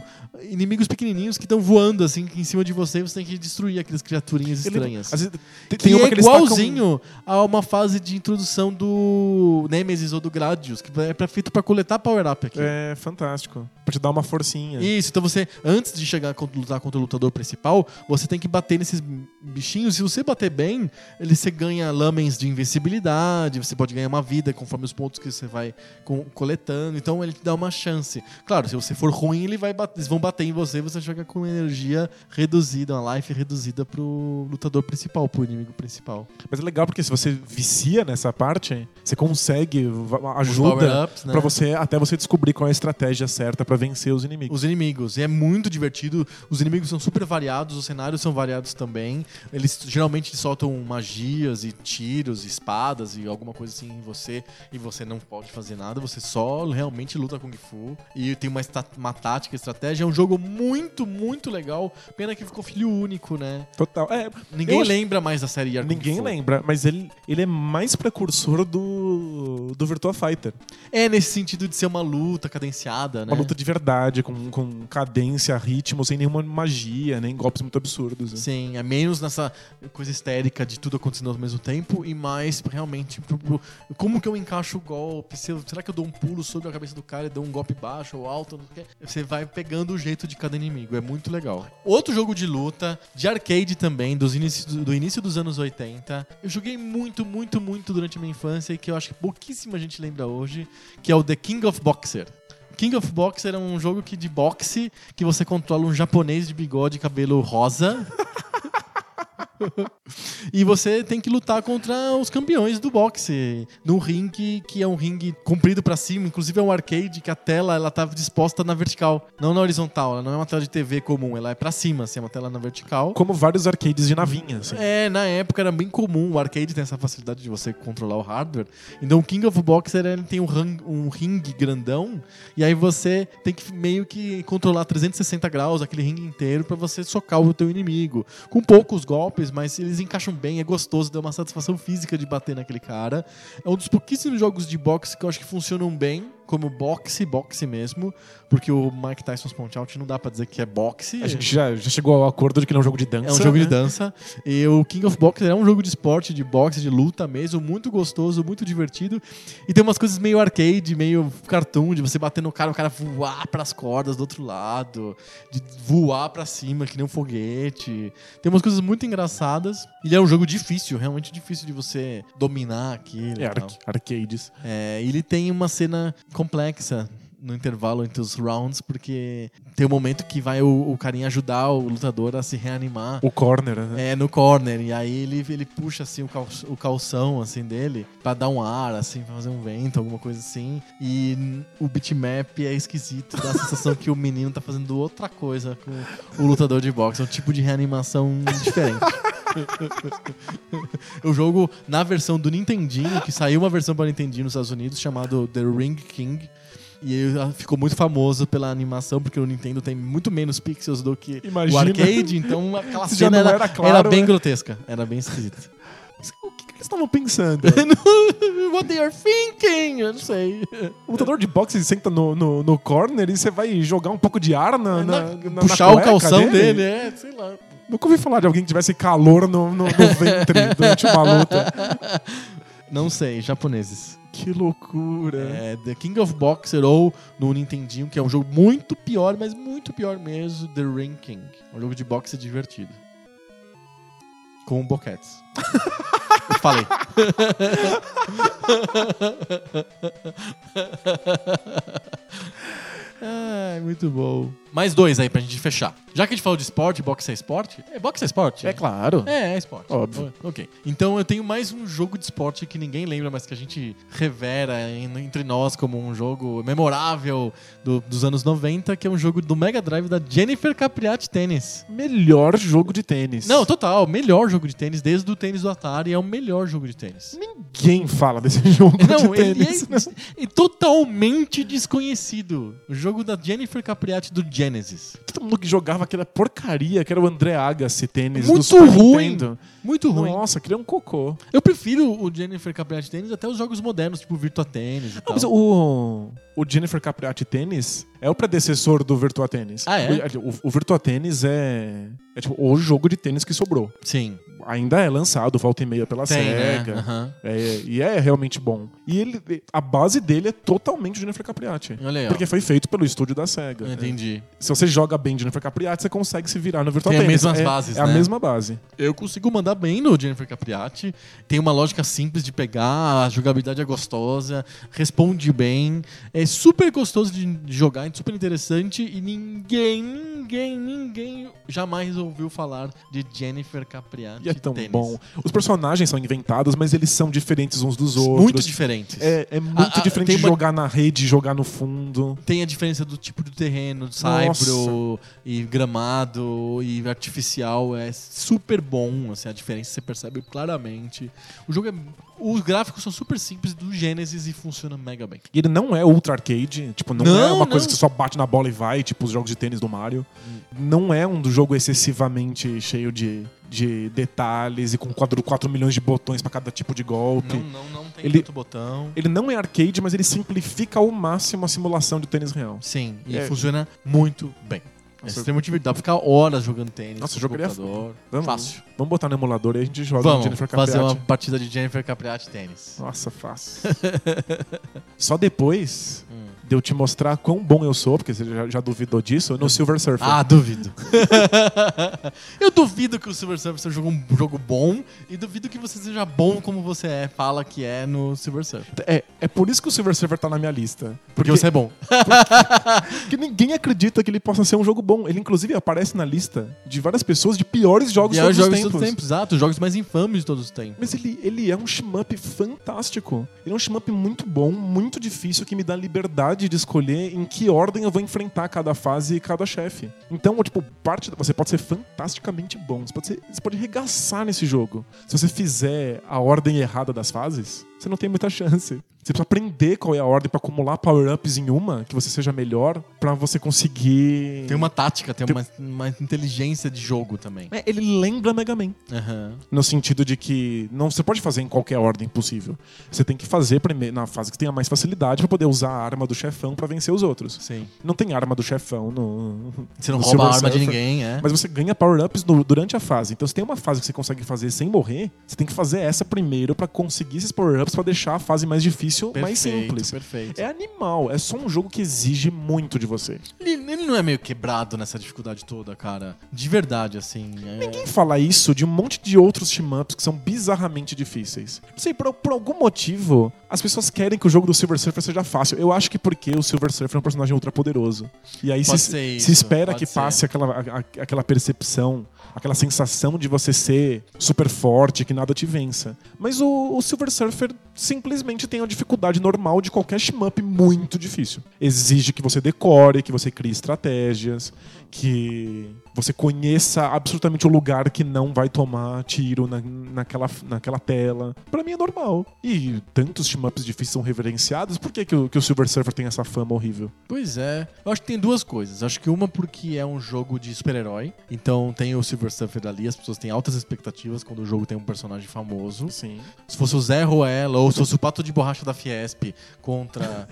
Speaker 1: inimigos pequenininhos que estão voando, assim, em cima de você e você tem que destruir aquelas criaturinhas
Speaker 2: Ele-
Speaker 1: estranhas.
Speaker 2: às vezes, tem,
Speaker 1: é Que
Speaker 2: tem uma
Speaker 1: é
Speaker 2: que eles tacam-
Speaker 1: igualzinho a uma fase de introdução do Nemesis ou do Gradius, que é pra- feito pra coletar power-up aqui.
Speaker 2: É fantástico. Pra te dar uma forcinha.
Speaker 1: Isso, então você, antes de chegar a lutar contra o lutador principal, você tem que bater nesses bichinhos. Se você bater bem, ele, você ganha lamens de invencibilidade, você pode ganhar uma vida conforme os pontos que você vai co- coletando. Então ele te dá uma chance. Claro, se você for ruim, ele vai bat- eles vão bater em você você joga com energia reduzida, uma life reduzida pro lutador principal, pro inimigo principal.
Speaker 2: Mas é legal porque se você vicia nessa parte, você consegue va-
Speaker 1: Os
Speaker 2: ajuda
Speaker 1: power-ups, né?
Speaker 2: pra você até você descobrir qual é a estratégia certa pra vencer os inimigos.
Speaker 1: Os inimigos. E é muito divertido. Os inimigos são super variados, os cenários são variados também. Eles geralmente soltam magia magias e tiros, espadas e alguma coisa assim em você e você não pode fazer nada, você só realmente luta Kung Fu e tem uma, esta- uma tática, estratégia. É um jogo muito, muito legal. Pena que ficou filho único, né?
Speaker 2: Total. É,
Speaker 1: Ninguém
Speaker 2: eu acho-
Speaker 1: lembra mais da série Yar Kung
Speaker 2: Ninguém
Speaker 1: Fu.
Speaker 2: lembra, mas ele, ele é mais precursor do, do Virtua Fighter.
Speaker 1: É nesse sentido de ser uma luta cadenciada, né?
Speaker 2: Uma luta de verdade, com, com cadência, ritmo, sem nenhuma magia, nem golpes muito absurdos. né?
Speaker 1: Sim, é menos nessa coisa histérica de tudo acontecendo ao mesmo tempo e mais realmente pro- pro- como que eu encaixo o golpe? Se eu- será que eu dou um pulo sobre a cabeça do cara e dou um golpe baixo ou alto? Não sei o quê? Você vai pegando o jeito de cada inimigo, é muito legal. Outro jogo de luta, de arcade também, dos inici- do início dos anos 80. Eu joguei muito, muito, muito durante a minha infância e que eu acho que pouquíssima gente lembra hoje, que é o The King of Boxer. King of Boxer é um jogo que de boxe que você controla um japonês de bigode e cabelo rosa e você tem que lutar contra os campeões do boxe. Num ringue que é um ringue comprido pra cima, inclusive é um arcade que a tela ela tá disposta na vertical, não na horizontal. Ela não é uma tela de TV comum, ela é pra cima, assim, é uma tela na vertical.
Speaker 2: Como vários arcades de navinha, assim.
Speaker 1: É, na época era bem comum. O arcade tem essa facilidade de você controlar o hardware. Então o King of Boxer ele tem um, ran- um ringue grandão. E aí você tem que meio que controlar 360 graus aquele ringue inteiro pra você socar o teu inimigo. Com poucos golpes, mas eles encaixam bem. É gostoso, dá uma satisfação física de bater naquele cara. É um dos pouquíssimos jogos de boxe que eu acho que funcionam bem. Como boxe, boxe mesmo. Porque o Mike Tyson's Punch-Out não dá pra dizer que é boxe.
Speaker 2: A gente já, já chegou ao acordo de que ele é um jogo de dança.
Speaker 1: É um jogo de
Speaker 2: né?
Speaker 1: dança. E o King of Boxer é um jogo de esporte, de boxe, de luta mesmo, muito gostoso, muito divertido. E tem umas coisas meio arcade, meio cartoon, de você bater no cara, o cara voar pras cordas do outro lado, de voar pra cima, que nem um foguete. Tem umas coisas muito engraçadas. Ele é um jogo difícil, realmente difícil de você dominar aquilo.
Speaker 2: É,
Speaker 1: e tal.
Speaker 2: arc- arcades.
Speaker 1: É, ele tem uma cena complexa no intervalo entre os rounds, porque tem um momento que vai o, o carinha ajudar o lutador a se reanimar.
Speaker 2: O corner, né?
Speaker 1: É, no corner. E aí ele, ele puxa, assim, o, cal- o calção, assim, dele pra dar um ar, assim, pra fazer um vento, alguma coisa assim. E n- o bitmap é esquisito. Dá a sensação que o menino tá fazendo outra coisa com o lutador de boxe. É um tipo de reanimação diferente. o jogo, na versão do Nintendinho, que saiu uma versão pra Nintendinho nos Estados Unidos, chamado The Ring King. E ele ah, ficou muito famoso pela animação, porque o Nintendo tem muito menos pixels do que
Speaker 2: Imagina.
Speaker 1: o arcade, então aquela
Speaker 2: Se já
Speaker 1: cena
Speaker 2: não
Speaker 1: era,
Speaker 2: era claro,
Speaker 1: era bem
Speaker 2: né?
Speaker 1: grotesca, era bem esquisita. É.
Speaker 2: O que, que eles estavam pensando?
Speaker 1: What they are thinking? Eu não sei.
Speaker 2: O lutador de boxe senta no, no, no corner e você vai jogar um pouco de ar na. na, na-
Speaker 1: É, Puxar
Speaker 2: na
Speaker 1: o
Speaker 2: cueca
Speaker 1: calção dele. é, sei lá.
Speaker 2: Nunca ouvi falar de alguém que tivesse calor no, no, no ventre durante uma luta.
Speaker 1: Não sei, japoneses.
Speaker 2: Que loucura.
Speaker 1: É, The King of Boxer ou no Nintendinho, que é um jogo muito pior, mas muito pior mesmo, The Ring King. Um jogo de boxe divertido. Com boquetes. Eu Falei. Ai, muito bom. Mais dois aí pra gente fechar. Já que a gente falou de esporte, boxe é esporte? É, boxe é esporte.
Speaker 2: É claro.
Speaker 1: É, é esporte.
Speaker 2: Óbvio.
Speaker 1: O- Ok. Então eu tenho mais um jogo de esporte que ninguém lembra, mas que a gente revera en- entre nós como um jogo memorável do- dos anos 90, que é um jogo do Mega Drive da Jennifer Capriati Tênis.
Speaker 2: Melhor jogo de tênis.
Speaker 1: Não, total, melhor jogo de tênis, desde o tênis do Atari, é o melhor jogo de tênis.
Speaker 2: Ninguém fala desse jogo
Speaker 1: Não,
Speaker 2: de
Speaker 1: ele
Speaker 2: tênis. né?
Speaker 1: é, é totalmente desconhecido. O jogo da Jennifer Capriati do Genesis.
Speaker 2: Todo mundo que jogava aquela porcaria que era o André Agassi tênis do
Speaker 1: Muito
Speaker 2: Super
Speaker 1: ruim.
Speaker 2: Nintendo.
Speaker 1: Muito ruim.
Speaker 2: Nossa, aquele é um cocô.
Speaker 1: Eu prefiro o Jennifer Capriati Tênis até os jogos modernos, tipo Virtua Tênis e
Speaker 2: Não,
Speaker 1: tal.
Speaker 2: Ah, mas o, Então. o Jennifer Capriati Tênis é o predecessor do Virtua Tênis.
Speaker 1: Ah, é?
Speaker 2: O, o Virtua Tênis é, é tipo o jogo de tênis que sobrou.
Speaker 1: Sim.
Speaker 2: Ainda é lançado, volta e meia pela SEGA.
Speaker 1: né? Aham.
Speaker 2: É, e é realmente bom. E ele, a base dele é totalmente Jennifer Capriati.
Speaker 1: Olha aí, ó.
Speaker 2: Porque foi feito pelo estúdio da SEGA.
Speaker 1: Entendi.
Speaker 2: Se você joga bem Jennifer Capriati, você consegue se virar no Virtua
Speaker 1: Tem as
Speaker 2: Tennis.
Speaker 1: mesmas
Speaker 2: é,
Speaker 1: bases,
Speaker 2: É a
Speaker 1: né?
Speaker 2: mesma base.
Speaker 1: Eu consigo mandar bem no Jennifer Capriati. Tem uma lógica simples de pegar, a jogabilidade é gostosa, responde bem. É super gostoso de de jogar, é super interessante e ninguém, ninguém, ninguém jamais ouviu falar de Jennifer Capriati.
Speaker 2: E é tão
Speaker 1: Tennis.
Speaker 2: bom. Os personagens são inventados, mas eles são diferentes uns dos outros.
Speaker 1: Muito diferentes.
Speaker 2: É, é muito
Speaker 1: A- a-
Speaker 2: diferente
Speaker 1: Ah, tem
Speaker 2: de
Speaker 1: uma-
Speaker 2: jogar na rede, jogar no fundo.
Speaker 1: Tem a diferença do tipo do terreno, do saibro e gramado e artificial. É super bom, assim, a diferença você percebe claramente. O jogo é. Os gráficos são super simples do Genesis e funciona mega bem.
Speaker 2: E ele não é ultra arcade, tipo, não, é
Speaker 1: Não,
Speaker 2: uma coisa
Speaker 1: não.
Speaker 2: que você só bate na bola e vai, tipo os jogos de tênis do Mario. Não é um jogo excessivamente cheio de, de detalhes e com 4, milhões de botões pra cada tipo de golpe.
Speaker 1: Não, não, não tem
Speaker 2: Ele-
Speaker 1: tanto botão.
Speaker 2: Ele não é arcade, mas ele simplifica ao máximo a simulação de tênis real.
Speaker 1: Sim, e
Speaker 2: É.
Speaker 1: funciona muito bem. É
Speaker 2: Nossa,
Speaker 1: extremamente divertido. Dá pra ficar horas jogando tênis.
Speaker 2: Nossa,
Speaker 1: no
Speaker 2: jogaria
Speaker 1: computador.
Speaker 2: Vamos,
Speaker 1: Fácil.
Speaker 2: Vamos botar no emulador e a gente joga no
Speaker 1: Vamos
Speaker 2: Jennifer
Speaker 1: fazer
Speaker 2: Capriati.
Speaker 1: uma partida de Jennifer Capriati tênis.
Speaker 2: Nossa, fácil. Só depois
Speaker 1: Hum.
Speaker 2: de eu te mostrar quão bom eu sou, porque você já, já duvidou disso, no Silver Surfer.
Speaker 1: Ah, duvido. eu duvido que o Silver Surfer seja um jogo bom e duvido que você seja bom como você é, fala que é no Silver Surfer.
Speaker 2: É, é por isso que o Silver Surfer tá na minha lista.
Speaker 1: Porque, você é bom.
Speaker 2: Porque ninguém acredita que ele possa ser um jogo bom. Ele, inclusive, aparece na lista de várias pessoas de piores jogos
Speaker 1: E
Speaker 2: de
Speaker 1: é os
Speaker 2: todos
Speaker 1: jogos
Speaker 2: os
Speaker 1: de
Speaker 2: tempos.
Speaker 1: todos os tempos, exato. Os jogos mais infames de todos os tempos.
Speaker 2: Mas ele, ele é um shmup fantástico. Ele é um shmup muito bom, muito difícil, que me dá liberdade de escolher em que ordem eu vou enfrentar cada fase e cada chefe. Então, tipo, parte da- você pode ser fantasticamente bom. Você pode, ser, você pode regaçar nesse jogo. Se você fizer a ordem errada das fases, você não tem muita chance. Você precisa aprender qual é a ordem pra acumular power-ups em uma, que você seja melhor, pra você conseguir.
Speaker 1: Tem uma tática, tem,
Speaker 2: Tem-
Speaker 1: Uma, uma inteligência de jogo também.
Speaker 2: É, ele lembra Mega Man.
Speaker 1: Aham.
Speaker 2: No sentido de que não você pode fazer em qualquer ordem possível. Você tem que fazer primeiro na fase que tenha mais facilidade pra poder usar a arma do chefão pra vencer os outros.
Speaker 1: Sim.
Speaker 2: Não tem arma do chefão no.
Speaker 1: Você não
Speaker 2: no
Speaker 1: rouba a
Speaker 2: Silver
Speaker 1: arma de
Speaker 2: Surfer.
Speaker 1: ninguém, é.
Speaker 2: Mas você ganha power-ups no- durante a fase. Então, se tem uma fase que você consegue fazer sem morrer, você tem que fazer essa primeiro pra conseguir esses power-ups pra deixar a fase mais difícil, mais
Speaker 1: Perfeito,
Speaker 2: simples.
Speaker 1: Perfeito.
Speaker 2: É animal. É só um jogo que exige muito de você.
Speaker 1: Ele, ele não é meio quebrado nessa dificuldade toda, cara. De verdade, assim. é-
Speaker 2: Ninguém fala isso de um monte de outros shmups que são bizarramente difíceis. Não sei, por, por algum motivo, as pessoas querem que o jogo do Silver Surfer seja fácil. Eu acho que porque o Silver Surfer é um personagem ultrapoderoso. E aí se,
Speaker 1: Pode ser isso,
Speaker 2: se espera
Speaker 1: pode
Speaker 2: que
Speaker 1: ser.
Speaker 2: passe aquela, a- a- aquela percepção, aquela sensação de você ser super forte, que nada te vença. Mas o, o Silver Surfer simplesmente tem a dificuldade normal de qualquer shmup muito difícil. Exige que você decore, que você crie estratégias, que você conheça absolutamente o lugar que não vai tomar tiro na, naquela, naquela tela. Pra mim é normal. E tantos shmups difíceis são reverenciados, por que, que, o, que o Silver Surfer tem essa fama horrível?
Speaker 1: Pois é. Eu acho que tem duas coisas. Acho que uma porque é um jogo de super-herói. Então tem o Silver Surfer ali, as pessoas têm altas expectativas quando o jogo tem um personagem famoso.
Speaker 2: Sim.
Speaker 1: Se fosse o Zé Ruela ou se fosse o Pato de Borracha da Fiesp contra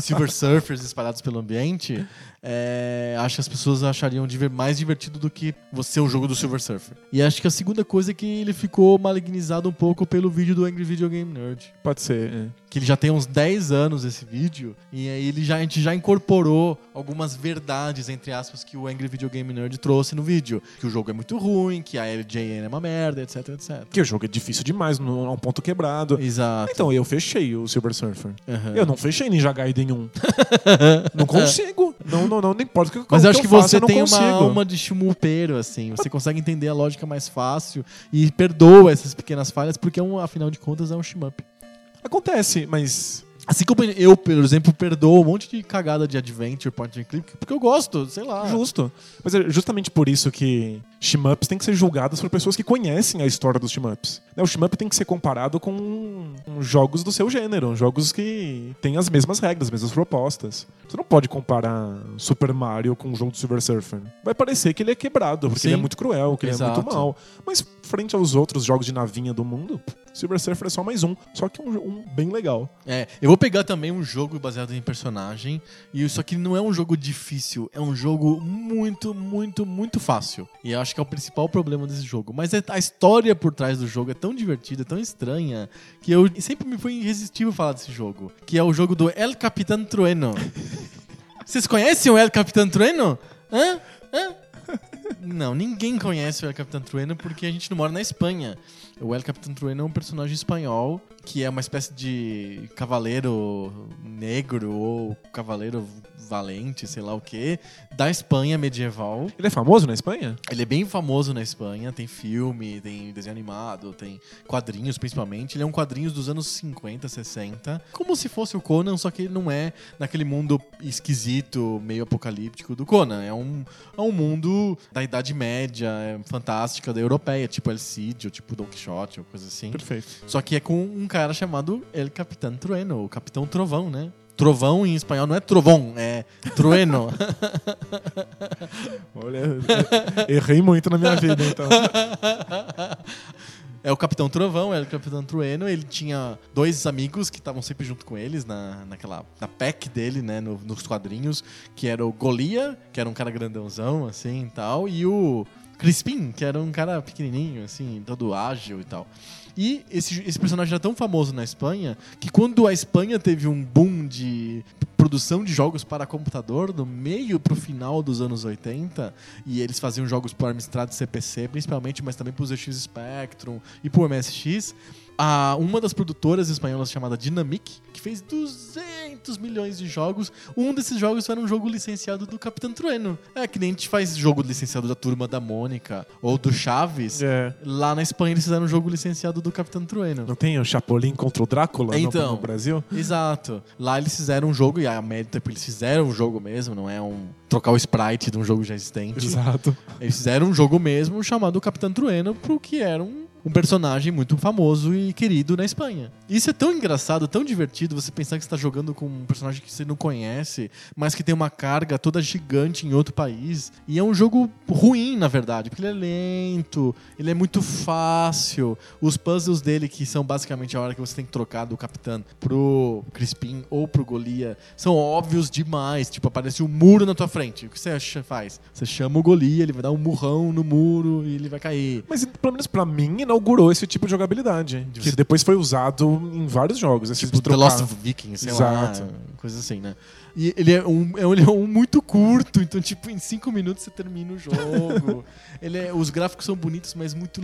Speaker 1: Silver Surfers espalhados pelo ambiente, é, acho que as pessoas achariam diver- mais divertido do que você o jogo do Silver Surfer. E acho que a segunda coisa é que ele ficou malignizado um pouco pelo vídeo do Angry Video Game Nerd
Speaker 2: Pode ser. é.
Speaker 1: que ele já tem uns 10 anos esse vídeo, e aí ele já, a gente já incorporou algumas verdades, entre aspas, que o Angry Video Game Nerd trouxe no vídeo. Que o jogo é muito ruim, que a LJN é uma merda, etc, etc.
Speaker 2: Que o jogo é difícil demais, não é um ponto quebrado.
Speaker 1: Exato. É.
Speaker 2: Então, eu fechei o Silver Surfer.
Speaker 1: Aham.
Speaker 2: Eu não fechei Ninja Gaiden 1. não consigo. Não, não, não, não importa o que,
Speaker 1: Mas
Speaker 2: o
Speaker 1: eu acho que,
Speaker 2: eu faço,
Speaker 1: você
Speaker 2: eu não
Speaker 1: tem
Speaker 2: consigo.
Speaker 1: uma alma de chumulpeiro, assim. Você consegue entender a lógica mais fácil e perdoa essas pequenas falhas, porque, é um, afinal de contas, é um shmup.
Speaker 2: Acontece, mas
Speaker 1: Assim como eu, por exemplo, perdoo um monte de cagada de adventure, point and click, porque eu gosto, sei lá.
Speaker 2: Justo. Mas é justamente por isso que shmups têm que ser julgados por pessoas que conhecem a história dos shmups. Né, O shmup tem que ser comparado com um, jogos do seu gênero, jogos que têm as mesmas regras, as mesmas propostas. Você não pode comparar Super Mario com o jogo do Silver Surfer. Vai parecer que ele é quebrado, porque
Speaker 1: Sim.
Speaker 2: ele é muito cruel, que ele é
Speaker 1: Exato.
Speaker 2: muito mal. Mas frente aos outros jogos de navinha do mundo, Silver Surfer é só mais um, só que um, um bem legal.
Speaker 1: É, eu vou pegar também um jogo baseado em personagem, e isso aqui não é um jogo difícil, é um jogo muito, muito, muito fácil. E eu acho que é o principal problema desse jogo. Mas é- a história por trás do jogo é tão divertida, tão estranha, que eu sempre me foi irresistível falar desse jogo, que é o jogo do El Capitan Trueno. Vocês conhecem o El Capitan Trueno? Hã? Hã? Não, ninguém conhece o El Capitan Trueno porque a gente não mora na Espanha. O El Capitan Trueno é um personagem espanhol que é uma espécie de cavaleiro negro ou cavaleiro valente, sei lá o quê, da Espanha medieval.
Speaker 2: Ele é famoso na Espanha?
Speaker 1: Ele é bem famoso na Espanha, tem filme, tem desenho animado, tem quadrinhos principalmente. Ele é um quadrinho dos anos 50, 60. Como se fosse o Conan, só que ele não é naquele mundo esquisito, meio apocalíptico do Conan. É um, é um mundo da Idade Média, é fantástica, da europeia, tipo El Cid, ou tipo Don Quixote, ou coisa assim.
Speaker 2: Perfeito.
Speaker 1: Só que é com um cara chamado El Capitão Trueno, o Capitão Trovão, né? Trovão em espanhol não é trovão, é trueno.
Speaker 2: Olha, errei muito na minha vida, então.
Speaker 1: É o Capitão Trovão, era o Capitão Trueno. Ele tinha dois amigos que estavam sempre junto com eles na, naquela na pack dele, né? no- nos quadrinhos, que era o Golia, que era um cara grandãozão, assim e tal, e o Crispim, que era um cara pequenininho, assim, todo ágil e tal. E esse, esse personagem era tão famoso na Espanha que quando a Espanha teve um boom de produção de jogos para computador do meio pro final dos anos 80, e eles faziam jogos pro Amstrad CPC, principalmente, mas também pro ZX Spectrum e pro MSX, a, uma das produtoras espanholas chamada Dynamic, que fez 200 milhões de jogos, um desses jogos era um jogo licenciado do Capitão Trueno. É que nem a gente faz jogo licenciado da Turma da Mônica ou do Chaves.
Speaker 2: É.
Speaker 1: Lá na Espanha eles fizeram um jogo licenciado do Capitão Trueno.
Speaker 2: Não tem o Chapolin contra o Drácula no-
Speaker 1: Então.
Speaker 2: no Brasil?
Speaker 1: Exato. Lá eles fizeram um jogo, e a mérito é porque eles fizeram um jogo mesmo, não é um trocar o sprite de um jogo já existente.
Speaker 2: Exato.
Speaker 1: Eles fizeram um jogo mesmo chamado Capitão Trueno, pro que era um, um personagem muito famoso e querido na Espanha. Isso é tão engraçado, tão divertido, você pensar que você tá jogando com um personagem que você não conhece, mas que tem uma carga toda gigante em outro país. E é um jogo ruim, na verdade, porque ele é lento, ele é muito fácil. Os puzzles dele, que são basicamente a hora que você tem que trocar do Capitão pro Crispim ou pro Golia, são óbvios demais. Tipo, aparece um muro na tua frente. O que você acha- faz? Você chama o Golia, ele vai dar um murrão no muro e ele vai cair.
Speaker 2: Mas pelo menos pra mim inaugurou esse tipo de jogabilidade. Que depois foi usado em vários jogos. Esse
Speaker 1: Tipo,
Speaker 2: tipo
Speaker 1: The
Speaker 2: de
Speaker 1: Lost
Speaker 2: trocar.
Speaker 1: Vikings, sei
Speaker 2: Exato.
Speaker 1: lá. Coisa assim, né? E ele é, um, é um- ele é um muito curto, então, tipo, em cinco minutos você termina o jogo. ele é- os gráficos são bonitos, mas muito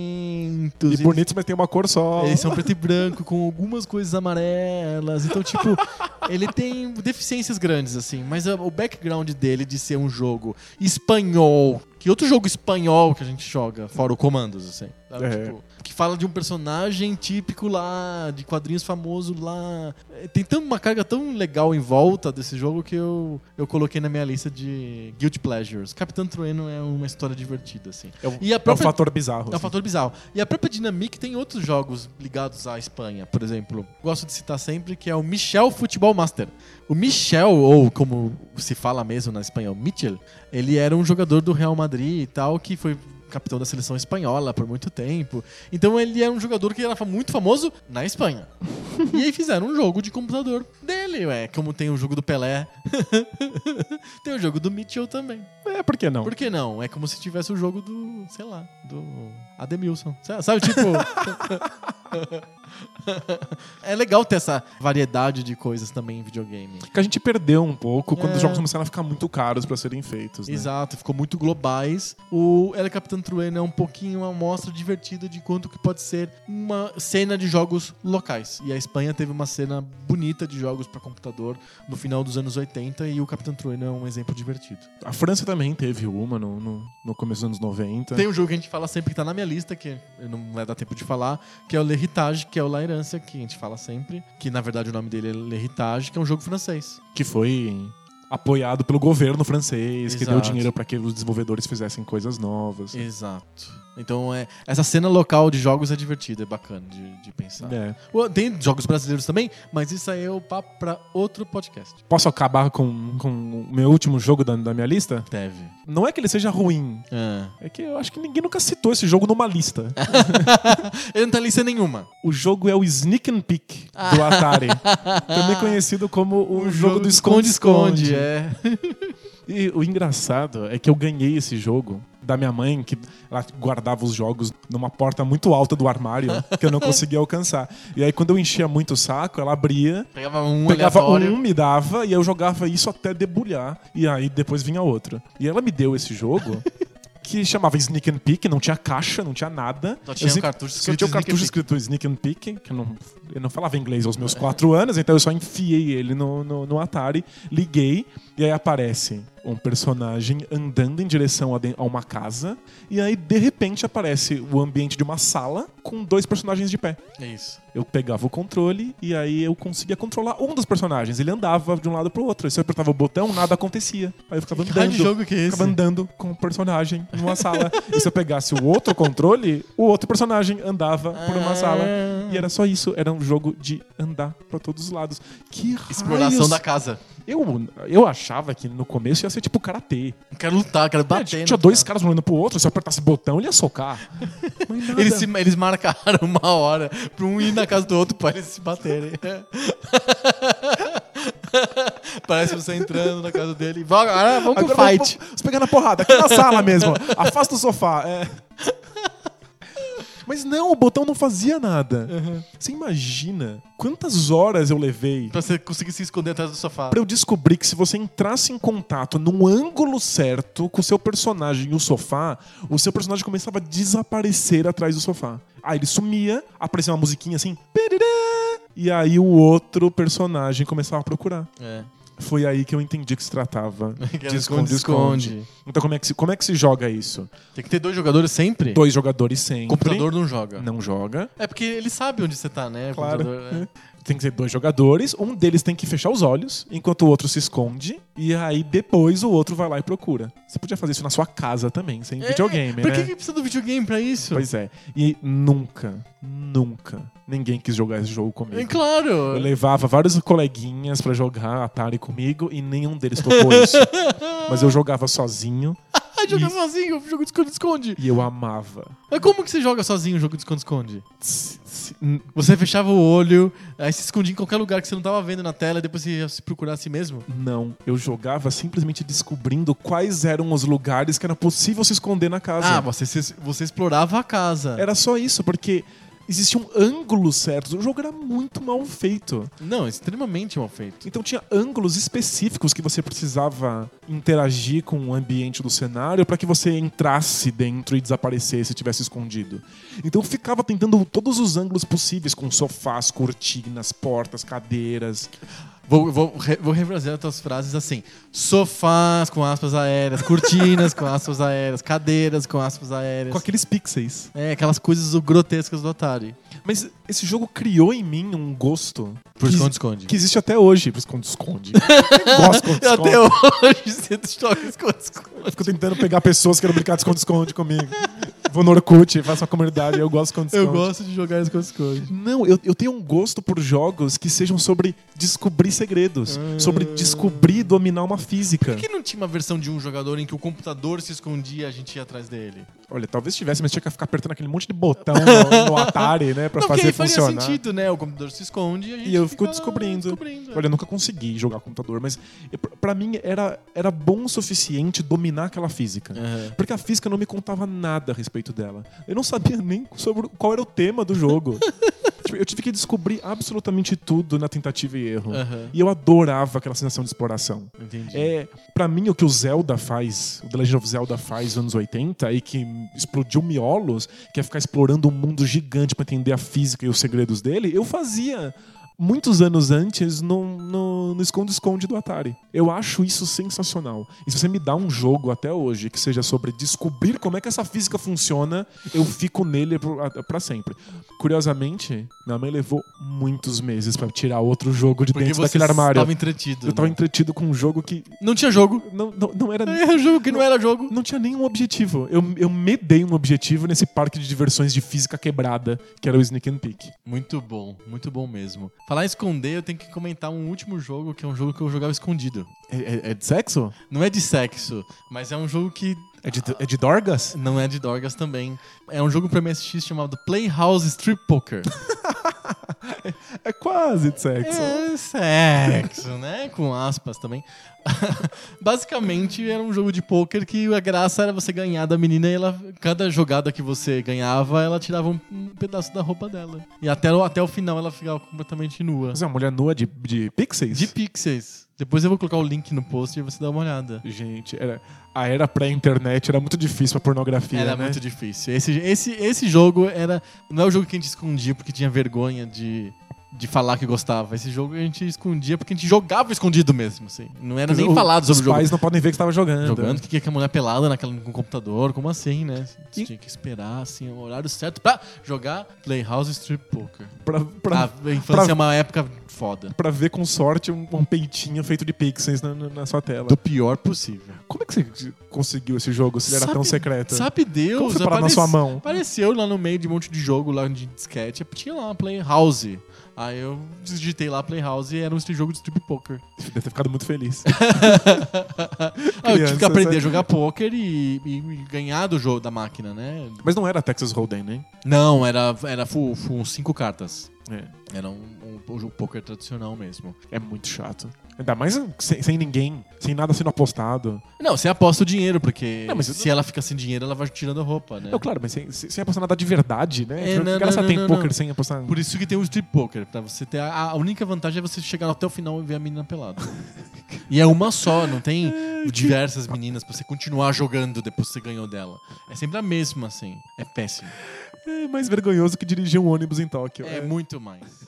Speaker 1: lentos.
Speaker 2: E
Speaker 1: Eles-
Speaker 2: bonitos, mas tem uma cor só.
Speaker 1: Eles são preto e branco, com algumas coisas amarelas. Então, tipo, ele tem deficiências grandes, assim. Mas a- o background dele de ser um jogo espanhol. Que outro jogo espanhol que a gente joga, fora o Comandos, assim. sabe?
Speaker 2: É.
Speaker 1: Tipo, que fala de um personagem típico lá, de quadrinhos famoso lá. É, Tem tão, uma carga tão legal em volta desse jogo que eu, eu coloquei na minha lista de Guilty Pleasures. Capitão Trueno é uma história divertida, assim.
Speaker 2: É um,
Speaker 1: E a
Speaker 2: é um
Speaker 1: própria-
Speaker 2: fator bizarro.
Speaker 1: é um fator bizarro. E a própria Dynamic tem outros jogos ligados à Espanha, por exemplo. Gosto de citar sempre que é o Michel Futebol Master. O Michel, ou como se fala mesmo na Espanha, o Michel, ele era um jogador do Real Madrid e tal, que foi capitão da seleção espanhola por muito tempo. Então ele era um jogador que era fa- muito famoso na Espanha. e aí fizeram um jogo de computador dele, ué. Como tem o jogo do Pelé, tem o jogo do Mitchell também.
Speaker 2: É, por que não?
Speaker 1: Por que não? É como se tivesse o jogo do, sei lá, do Ademilson. Sa- Sabe, tipo. é legal ter essa variedade de coisas também em videogame.
Speaker 2: Que a gente perdeu um pouco quando
Speaker 1: É.
Speaker 2: os jogos começaram a ficar muito caros pra serem feitos. né?
Speaker 1: Exato, ficou muito globais. O El Capitão Trueno é um pouquinho uma amostra divertida de quanto que pode ser uma cena de jogos locais. E a Espanha teve uma cena bonita de jogos para computador no final dos anos 80 e o Capitão Trueno é um exemplo divertido.
Speaker 2: A França também teve uma no, no, no começo dos anos 90.
Speaker 1: Tem um jogo que a gente fala sempre que tá na minha lista, que eu não vai dar tempo de falar, que é o L'Héritage, que é o La Herança, que a gente fala sempre, que na verdade o nome dele é L'Héritage, que é um jogo francês.
Speaker 2: Que foi apoiado pelo governo francês, que deu
Speaker 1: Exato.
Speaker 2: dinheiro pra que os desenvolvedores fizessem coisas novas.
Speaker 1: Exato. Então é, essa cena local de jogos é divertida, é bacana de, de pensar.
Speaker 2: É.
Speaker 1: Ué, Tem jogos brasileiros também, mas isso aí é o papo pra outro podcast.
Speaker 2: Posso acabar com, com o meu último jogo da, da minha lista?
Speaker 1: Deve.
Speaker 2: Não é que ele seja ruim,
Speaker 1: É.
Speaker 2: é que eu acho que ninguém nunca citou esse jogo numa lista.
Speaker 1: Ele não tá em lista nenhuma.
Speaker 2: O jogo é o Sneak and Peek do Atari, também conhecido como Ah.
Speaker 1: Um
Speaker 2: o, jogo, do esconde-esconde.
Speaker 1: é.
Speaker 2: E o engraçado é que eu ganhei esse jogo da minha mãe, que ela guardava os jogos numa porta muito alta do armário, que eu não conseguia alcançar. E aí quando eu enchia muito o saco, ela abria,
Speaker 1: Pegava um
Speaker 2: pegava
Speaker 1: aleatório.
Speaker 2: um, me dava, e eu jogava isso até debulhar. E aí depois vinha outro. E ela me deu esse jogo. que chamava Sneak and Peek, não tinha caixa, não tinha nada.
Speaker 1: Só tinha
Speaker 2: Eu
Speaker 1: um cartucho
Speaker 2: só
Speaker 1: escrito
Speaker 2: tinha um
Speaker 1: Sneak and
Speaker 2: cartucho
Speaker 1: Peek.
Speaker 2: escrito Sneak and Peek, que eu não, eu não falava inglês aos meus quatro anos, então eu só enfiei ele no, no, no Atari, liguei, e aí aparece um personagem andando em direção a, de- a uma casa, e aí de repente aparece o ambiente de uma sala com dois personagens de pé.
Speaker 1: É isso.
Speaker 2: Eu pegava o controle e aí eu conseguia controlar um dos personagens. Ele andava de um lado pro outro. E se eu apertava o botão, nada acontecia. Aí eu ficava
Speaker 1: Que
Speaker 2: andando.
Speaker 1: raio de jogo que é esse?
Speaker 2: Ficava andando com o personagem numa sala. e se eu pegasse o outro controle, o outro personagem andava por
Speaker 1: Ah.
Speaker 2: uma sala. E era só isso. Era um jogo de andar pra todos os lados. Que raios.
Speaker 1: Exploração da casa.
Speaker 2: Eu, eu achava que no começo ia ser tipo karatê.
Speaker 1: Eu Quero lutar, quero
Speaker 2: É,
Speaker 1: bater.
Speaker 2: tinha
Speaker 1: no
Speaker 2: dois
Speaker 1: cara.
Speaker 2: caras olhando pro outro. Se eu apertasse o botão, ele ia socar. Mas nada.
Speaker 1: Eles, se- eles marcaram uma hora pra um ir na casa do outro pra eles se baterem. Parece você entrando na casa dele. e "Vá, Agora vamos pro
Speaker 2: Agora
Speaker 1: fight.
Speaker 2: Vamos, vamos pegar na porrada, aqui na sala mesmo. Afasta o sofá. é. Mas não, o botão não fazia nada.
Speaker 1: Uhum.
Speaker 2: Você imagina quantas horas eu levei
Speaker 1: Pra você conseguir se esconder atrás do sofá.
Speaker 2: pra eu descobrir que se você entrasse em contato num ângulo certo com o seu personagem e o sofá, o seu personagem começava a desaparecer atrás do sofá. Aí ele sumia, aparecia uma musiquinha assim. "Perirê", E aí o outro personagem começava a procurar.
Speaker 1: É.
Speaker 2: Foi aí que eu entendi que se tratava
Speaker 1: era
Speaker 2: de esconde-esconde.
Speaker 1: esconde-esconde.
Speaker 2: Então como é, que se, como é que se joga isso?
Speaker 1: Tem que ter dois jogadores sempre.
Speaker 2: Dois jogadores sempre.
Speaker 1: O computador não joga.
Speaker 2: não joga.
Speaker 1: É porque ele sabe onde você tá, né? O
Speaker 2: Claro.
Speaker 1: computador, né?
Speaker 2: Tem que ser dois jogadores, um deles tem que fechar os olhos, enquanto o outro se esconde, e aí depois o outro vai lá e procura. Você podia fazer isso na sua casa também, sem videogame,
Speaker 1: É, Por
Speaker 2: né?
Speaker 1: que, que precisa do videogame pra isso?
Speaker 2: Pois é. E nunca, nunca ninguém quis jogar esse jogo comigo.
Speaker 1: É claro.
Speaker 2: Eu levava vários coleguinhas pra jogar Atari comigo e nenhum deles tocou isso. Mas eu jogava sozinho
Speaker 1: Ah, jogar
Speaker 2: E-
Speaker 1: sozinho, o jogo de esconde-esconde.
Speaker 2: e eu amava.
Speaker 1: Mas como que você joga sozinho o jogo de esconde-esconde?
Speaker 2: Se- se-
Speaker 1: Você fechava o olho, aí se escondia em qualquer lugar que você não tava vendo na tela, e depois você ia se procurar a si mesmo?
Speaker 2: Não, eu jogava simplesmente descobrindo quais eram os lugares que era possível se esconder na casa.
Speaker 1: Ah, você, se- você explorava a casa.
Speaker 2: Era só isso, porque existiam ângulos certos. O jogo era muito mal feito.
Speaker 1: Não, extremamente mal feito.
Speaker 2: Então tinha ângulos específicos que você precisava interagir com o ambiente do cenário para que você entrasse dentro e desaparecesse se tivesse escondido. Então eu ficava tentando todos os ângulos possíveis com sofás, cortinas, portas, cadeiras.
Speaker 1: Vou, vou, re- vou refazer as tuas frases assim: sofás com aspas aéreas, cortinas com aspas aéreas, cadeiras com aspas aéreas.
Speaker 2: Com aqueles pixels.
Speaker 1: É, aquelas coisas grotescas do Atari.
Speaker 2: Mas esse jogo criou em mim um gosto
Speaker 1: Por
Speaker 2: que-
Speaker 1: esconde-esconde.
Speaker 2: que existe até hoje. Por esconde-esconde. Eu gosto de esconde-esconde.
Speaker 1: Até hoje você joga esconde-esconde.
Speaker 2: Fico tentando pegar pessoas que querem brincar de esconde-esconde comigo. Vou no Orkut, faço uma comunidade, eu gosto de esconde-esconde.
Speaker 1: Eu gosto de jogar esconde-esconde.
Speaker 2: Não, eu, eu tenho um gosto por jogos que sejam sobre descobrir segredos. Sobre descobrir e dominar uma física.
Speaker 1: Por que não tinha uma versão de um jogador em que o computador se escondia e a gente ia atrás dele?
Speaker 2: Olha, talvez tivesse, mas tinha que ficar apertando aquele monte de botão no, no Atari, né? Pra
Speaker 1: não, porque
Speaker 2: fazer
Speaker 1: aí faria
Speaker 2: funcionar.
Speaker 1: sentido, né? O computador se esconde e a gente
Speaker 2: E eu
Speaker 1: fica
Speaker 2: fico
Speaker 1: lá
Speaker 2: descobrindo.
Speaker 1: descobrindo, é.
Speaker 2: Olha, eu nunca consegui jogar computador, mas eu- pra- pra mim era, era bom o suficiente dominar aquela física.
Speaker 1: Aham.
Speaker 2: Porque a física não me contava nada a respeito dela. Eu não sabia nem sobre qual era o tema do jogo. Tipo, eu tive que descobrir absolutamente tudo na tentativa e erro.
Speaker 1: Aham.
Speaker 2: E eu adorava aquela sensação de exploração.
Speaker 1: Entendi.
Speaker 2: É, para mim, o que o Zelda faz, o The Legend of Zelda faz nos anos 80 e que explodiu miolos, que é ficar explorando um mundo gigante pra entender a física e os segredos dele, eu fazia muitos anos antes no, no, no esconde-esconde do Atari. Eu acho isso sensacional. E se você me dá um jogo até hoje que seja sobre descobrir como é que essa física funciona, eu fico nele pro- a- pra sempre. Curiosamente, minha mãe levou muitos meses pra tirar outro jogo de
Speaker 1: Porque
Speaker 2: dentro
Speaker 1: você
Speaker 2: daquele armário.
Speaker 1: estava entretido.
Speaker 2: Eu tava
Speaker 1: né?
Speaker 2: entretido com um jogo que
Speaker 1: Não tinha jogo.
Speaker 2: não, não, não era.
Speaker 1: Era um jogo que não era jogo.
Speaker 2: Não tinha nenhum objetivo. Eu, eu me dei um objetivo nesse parque de diversões de física quebrada, que era o Sneak and Peek.
Speaker 1: Muito bom, muito bom mesmo. Falar em esconder, eu tenho que comentar um último jogo que é um jogo que eu jogava escondido.
Speaker 2: É, é- é de sexo?
Speaker 1: Não é de sexo, mas é um jogo que
Speaker 2: É de, é de Dorgas?
Speaker 1: não é de Dorgas também. É um jogo pra MSX chamado Playhouse Strip Poker.
Speaker 2: É quase de sexo.
Speaker 1: É sexo, né? Com aspas também. Basicamente era um jogo de pôquer que a graça era você ganhar da menina e ela, cada jogada que você ganhava, ela tirava um, um pedaço da roupa dela. E até, o- até o final ela ficava completamente nua.
Speaker 2: Mas é uma mulher nua de, de pixels?
Speaker 1: De pixels. Depois eu vou colocar o link no post e você dá uma olhada.
Speaker 2: Gente, era, a era pré-internet era muito difícil pra pornografia,
Speaker 1: Era
Speaker 2: né?
Speaker 1: muito difícil. Esse, esse, esse jogo era. Não é o jogo que a gente escondia porque tinha vergonha de, de falar que gostava. Esse jogo a gente escondia porque a gente jogava escondido mesmo, assim. Não era
Speaker 2: Quer dizer,
Speaker 1: nem falado sobre o
Speaker 2: Os
Speaker 1: jogo.
Speaker 2: pais não podem ver que você tava jogando.
Speaker 1: Jogando, o que que é que a mulher pelada naquela, com o computador? Como assim, né? Você tinha que esperar, assim, o horário certo pra jogar Playhouse Strip Poker.
Speaker 2: Pra, pra,
Speaker 1: a infância
Speaker 2: pra-
Speaker 1: é uma época foda.
Speaker 2: pra ver com sorte um, um peitinho feito de pixels na, na- na sua tela.
Speaker 1: Do pior possível.
Speaker 2: Como é que você conseguiu esse jogo se ele era
Speaker 1: Sabe-
Speaker 2: tão secreto?
Speaker 1: Sabe Deus,
Speaker 2: Como foi parar na sua mão?
Speaker 1: Apareceu lá no meio de um monte de jogo lá de disquete, tinha lá uma Playhouse. Aí eu digitei lá Playhouse e era um jogo de strip poker.
Speaker 2: Deve ter ficado muito feliz.
Speaker 1: Aí eu tive que
Speaker 2: Criança,
Speaker 1: aprender
Speaker 2: sabe?
Speaker 1: a jogar poker e, e- e ganhar do jogo da máquina, né?
Speaker 2: Mas não era Texas Hold'em, né?
Speaker 1: Não, era, era full, full cinco cartas.
Speaker 2: É,
Speaker 1: Era um, um, um jogo poker tradicional mesmo.
Speaker 2: é muito chato. Ainda mais sem, sem ninguém, sem nada sendo apostado.
Speaker 1: Não, você aposta o dinheiro, porque
Speaker 2: Não, mas eu
Speaker 1: se ela fica sem dinheiro, ela vai tirando a roupa, né?
Speaker 2: Não, claro, mas sem, sem sem apostar nada de verdade, né?
Speaker 1: É,
Speaker 2: Tipo,
Speaker 1: não,
Speaker 2: que graça
Speaker 1: não,
Speaker 2: tem
Speaker 1: não,
Speaker 2: poker
Speaker 1: não.
Speaker 2: sem apostar.
Speaker 1: Por isso que tem o strip poker, pra você ter. A, a única vantagem é você chegar até o final e ver a menina pelada. e é uma só, não tem diversas meninas pra você continuar jogando depois que você ganhou dela. É sempre a mesma, assim. É péssimo.
Speaker 2: É mais vergonhoso que dirigir um ônibus em Tóquio.
Speaker 1: É muito mais.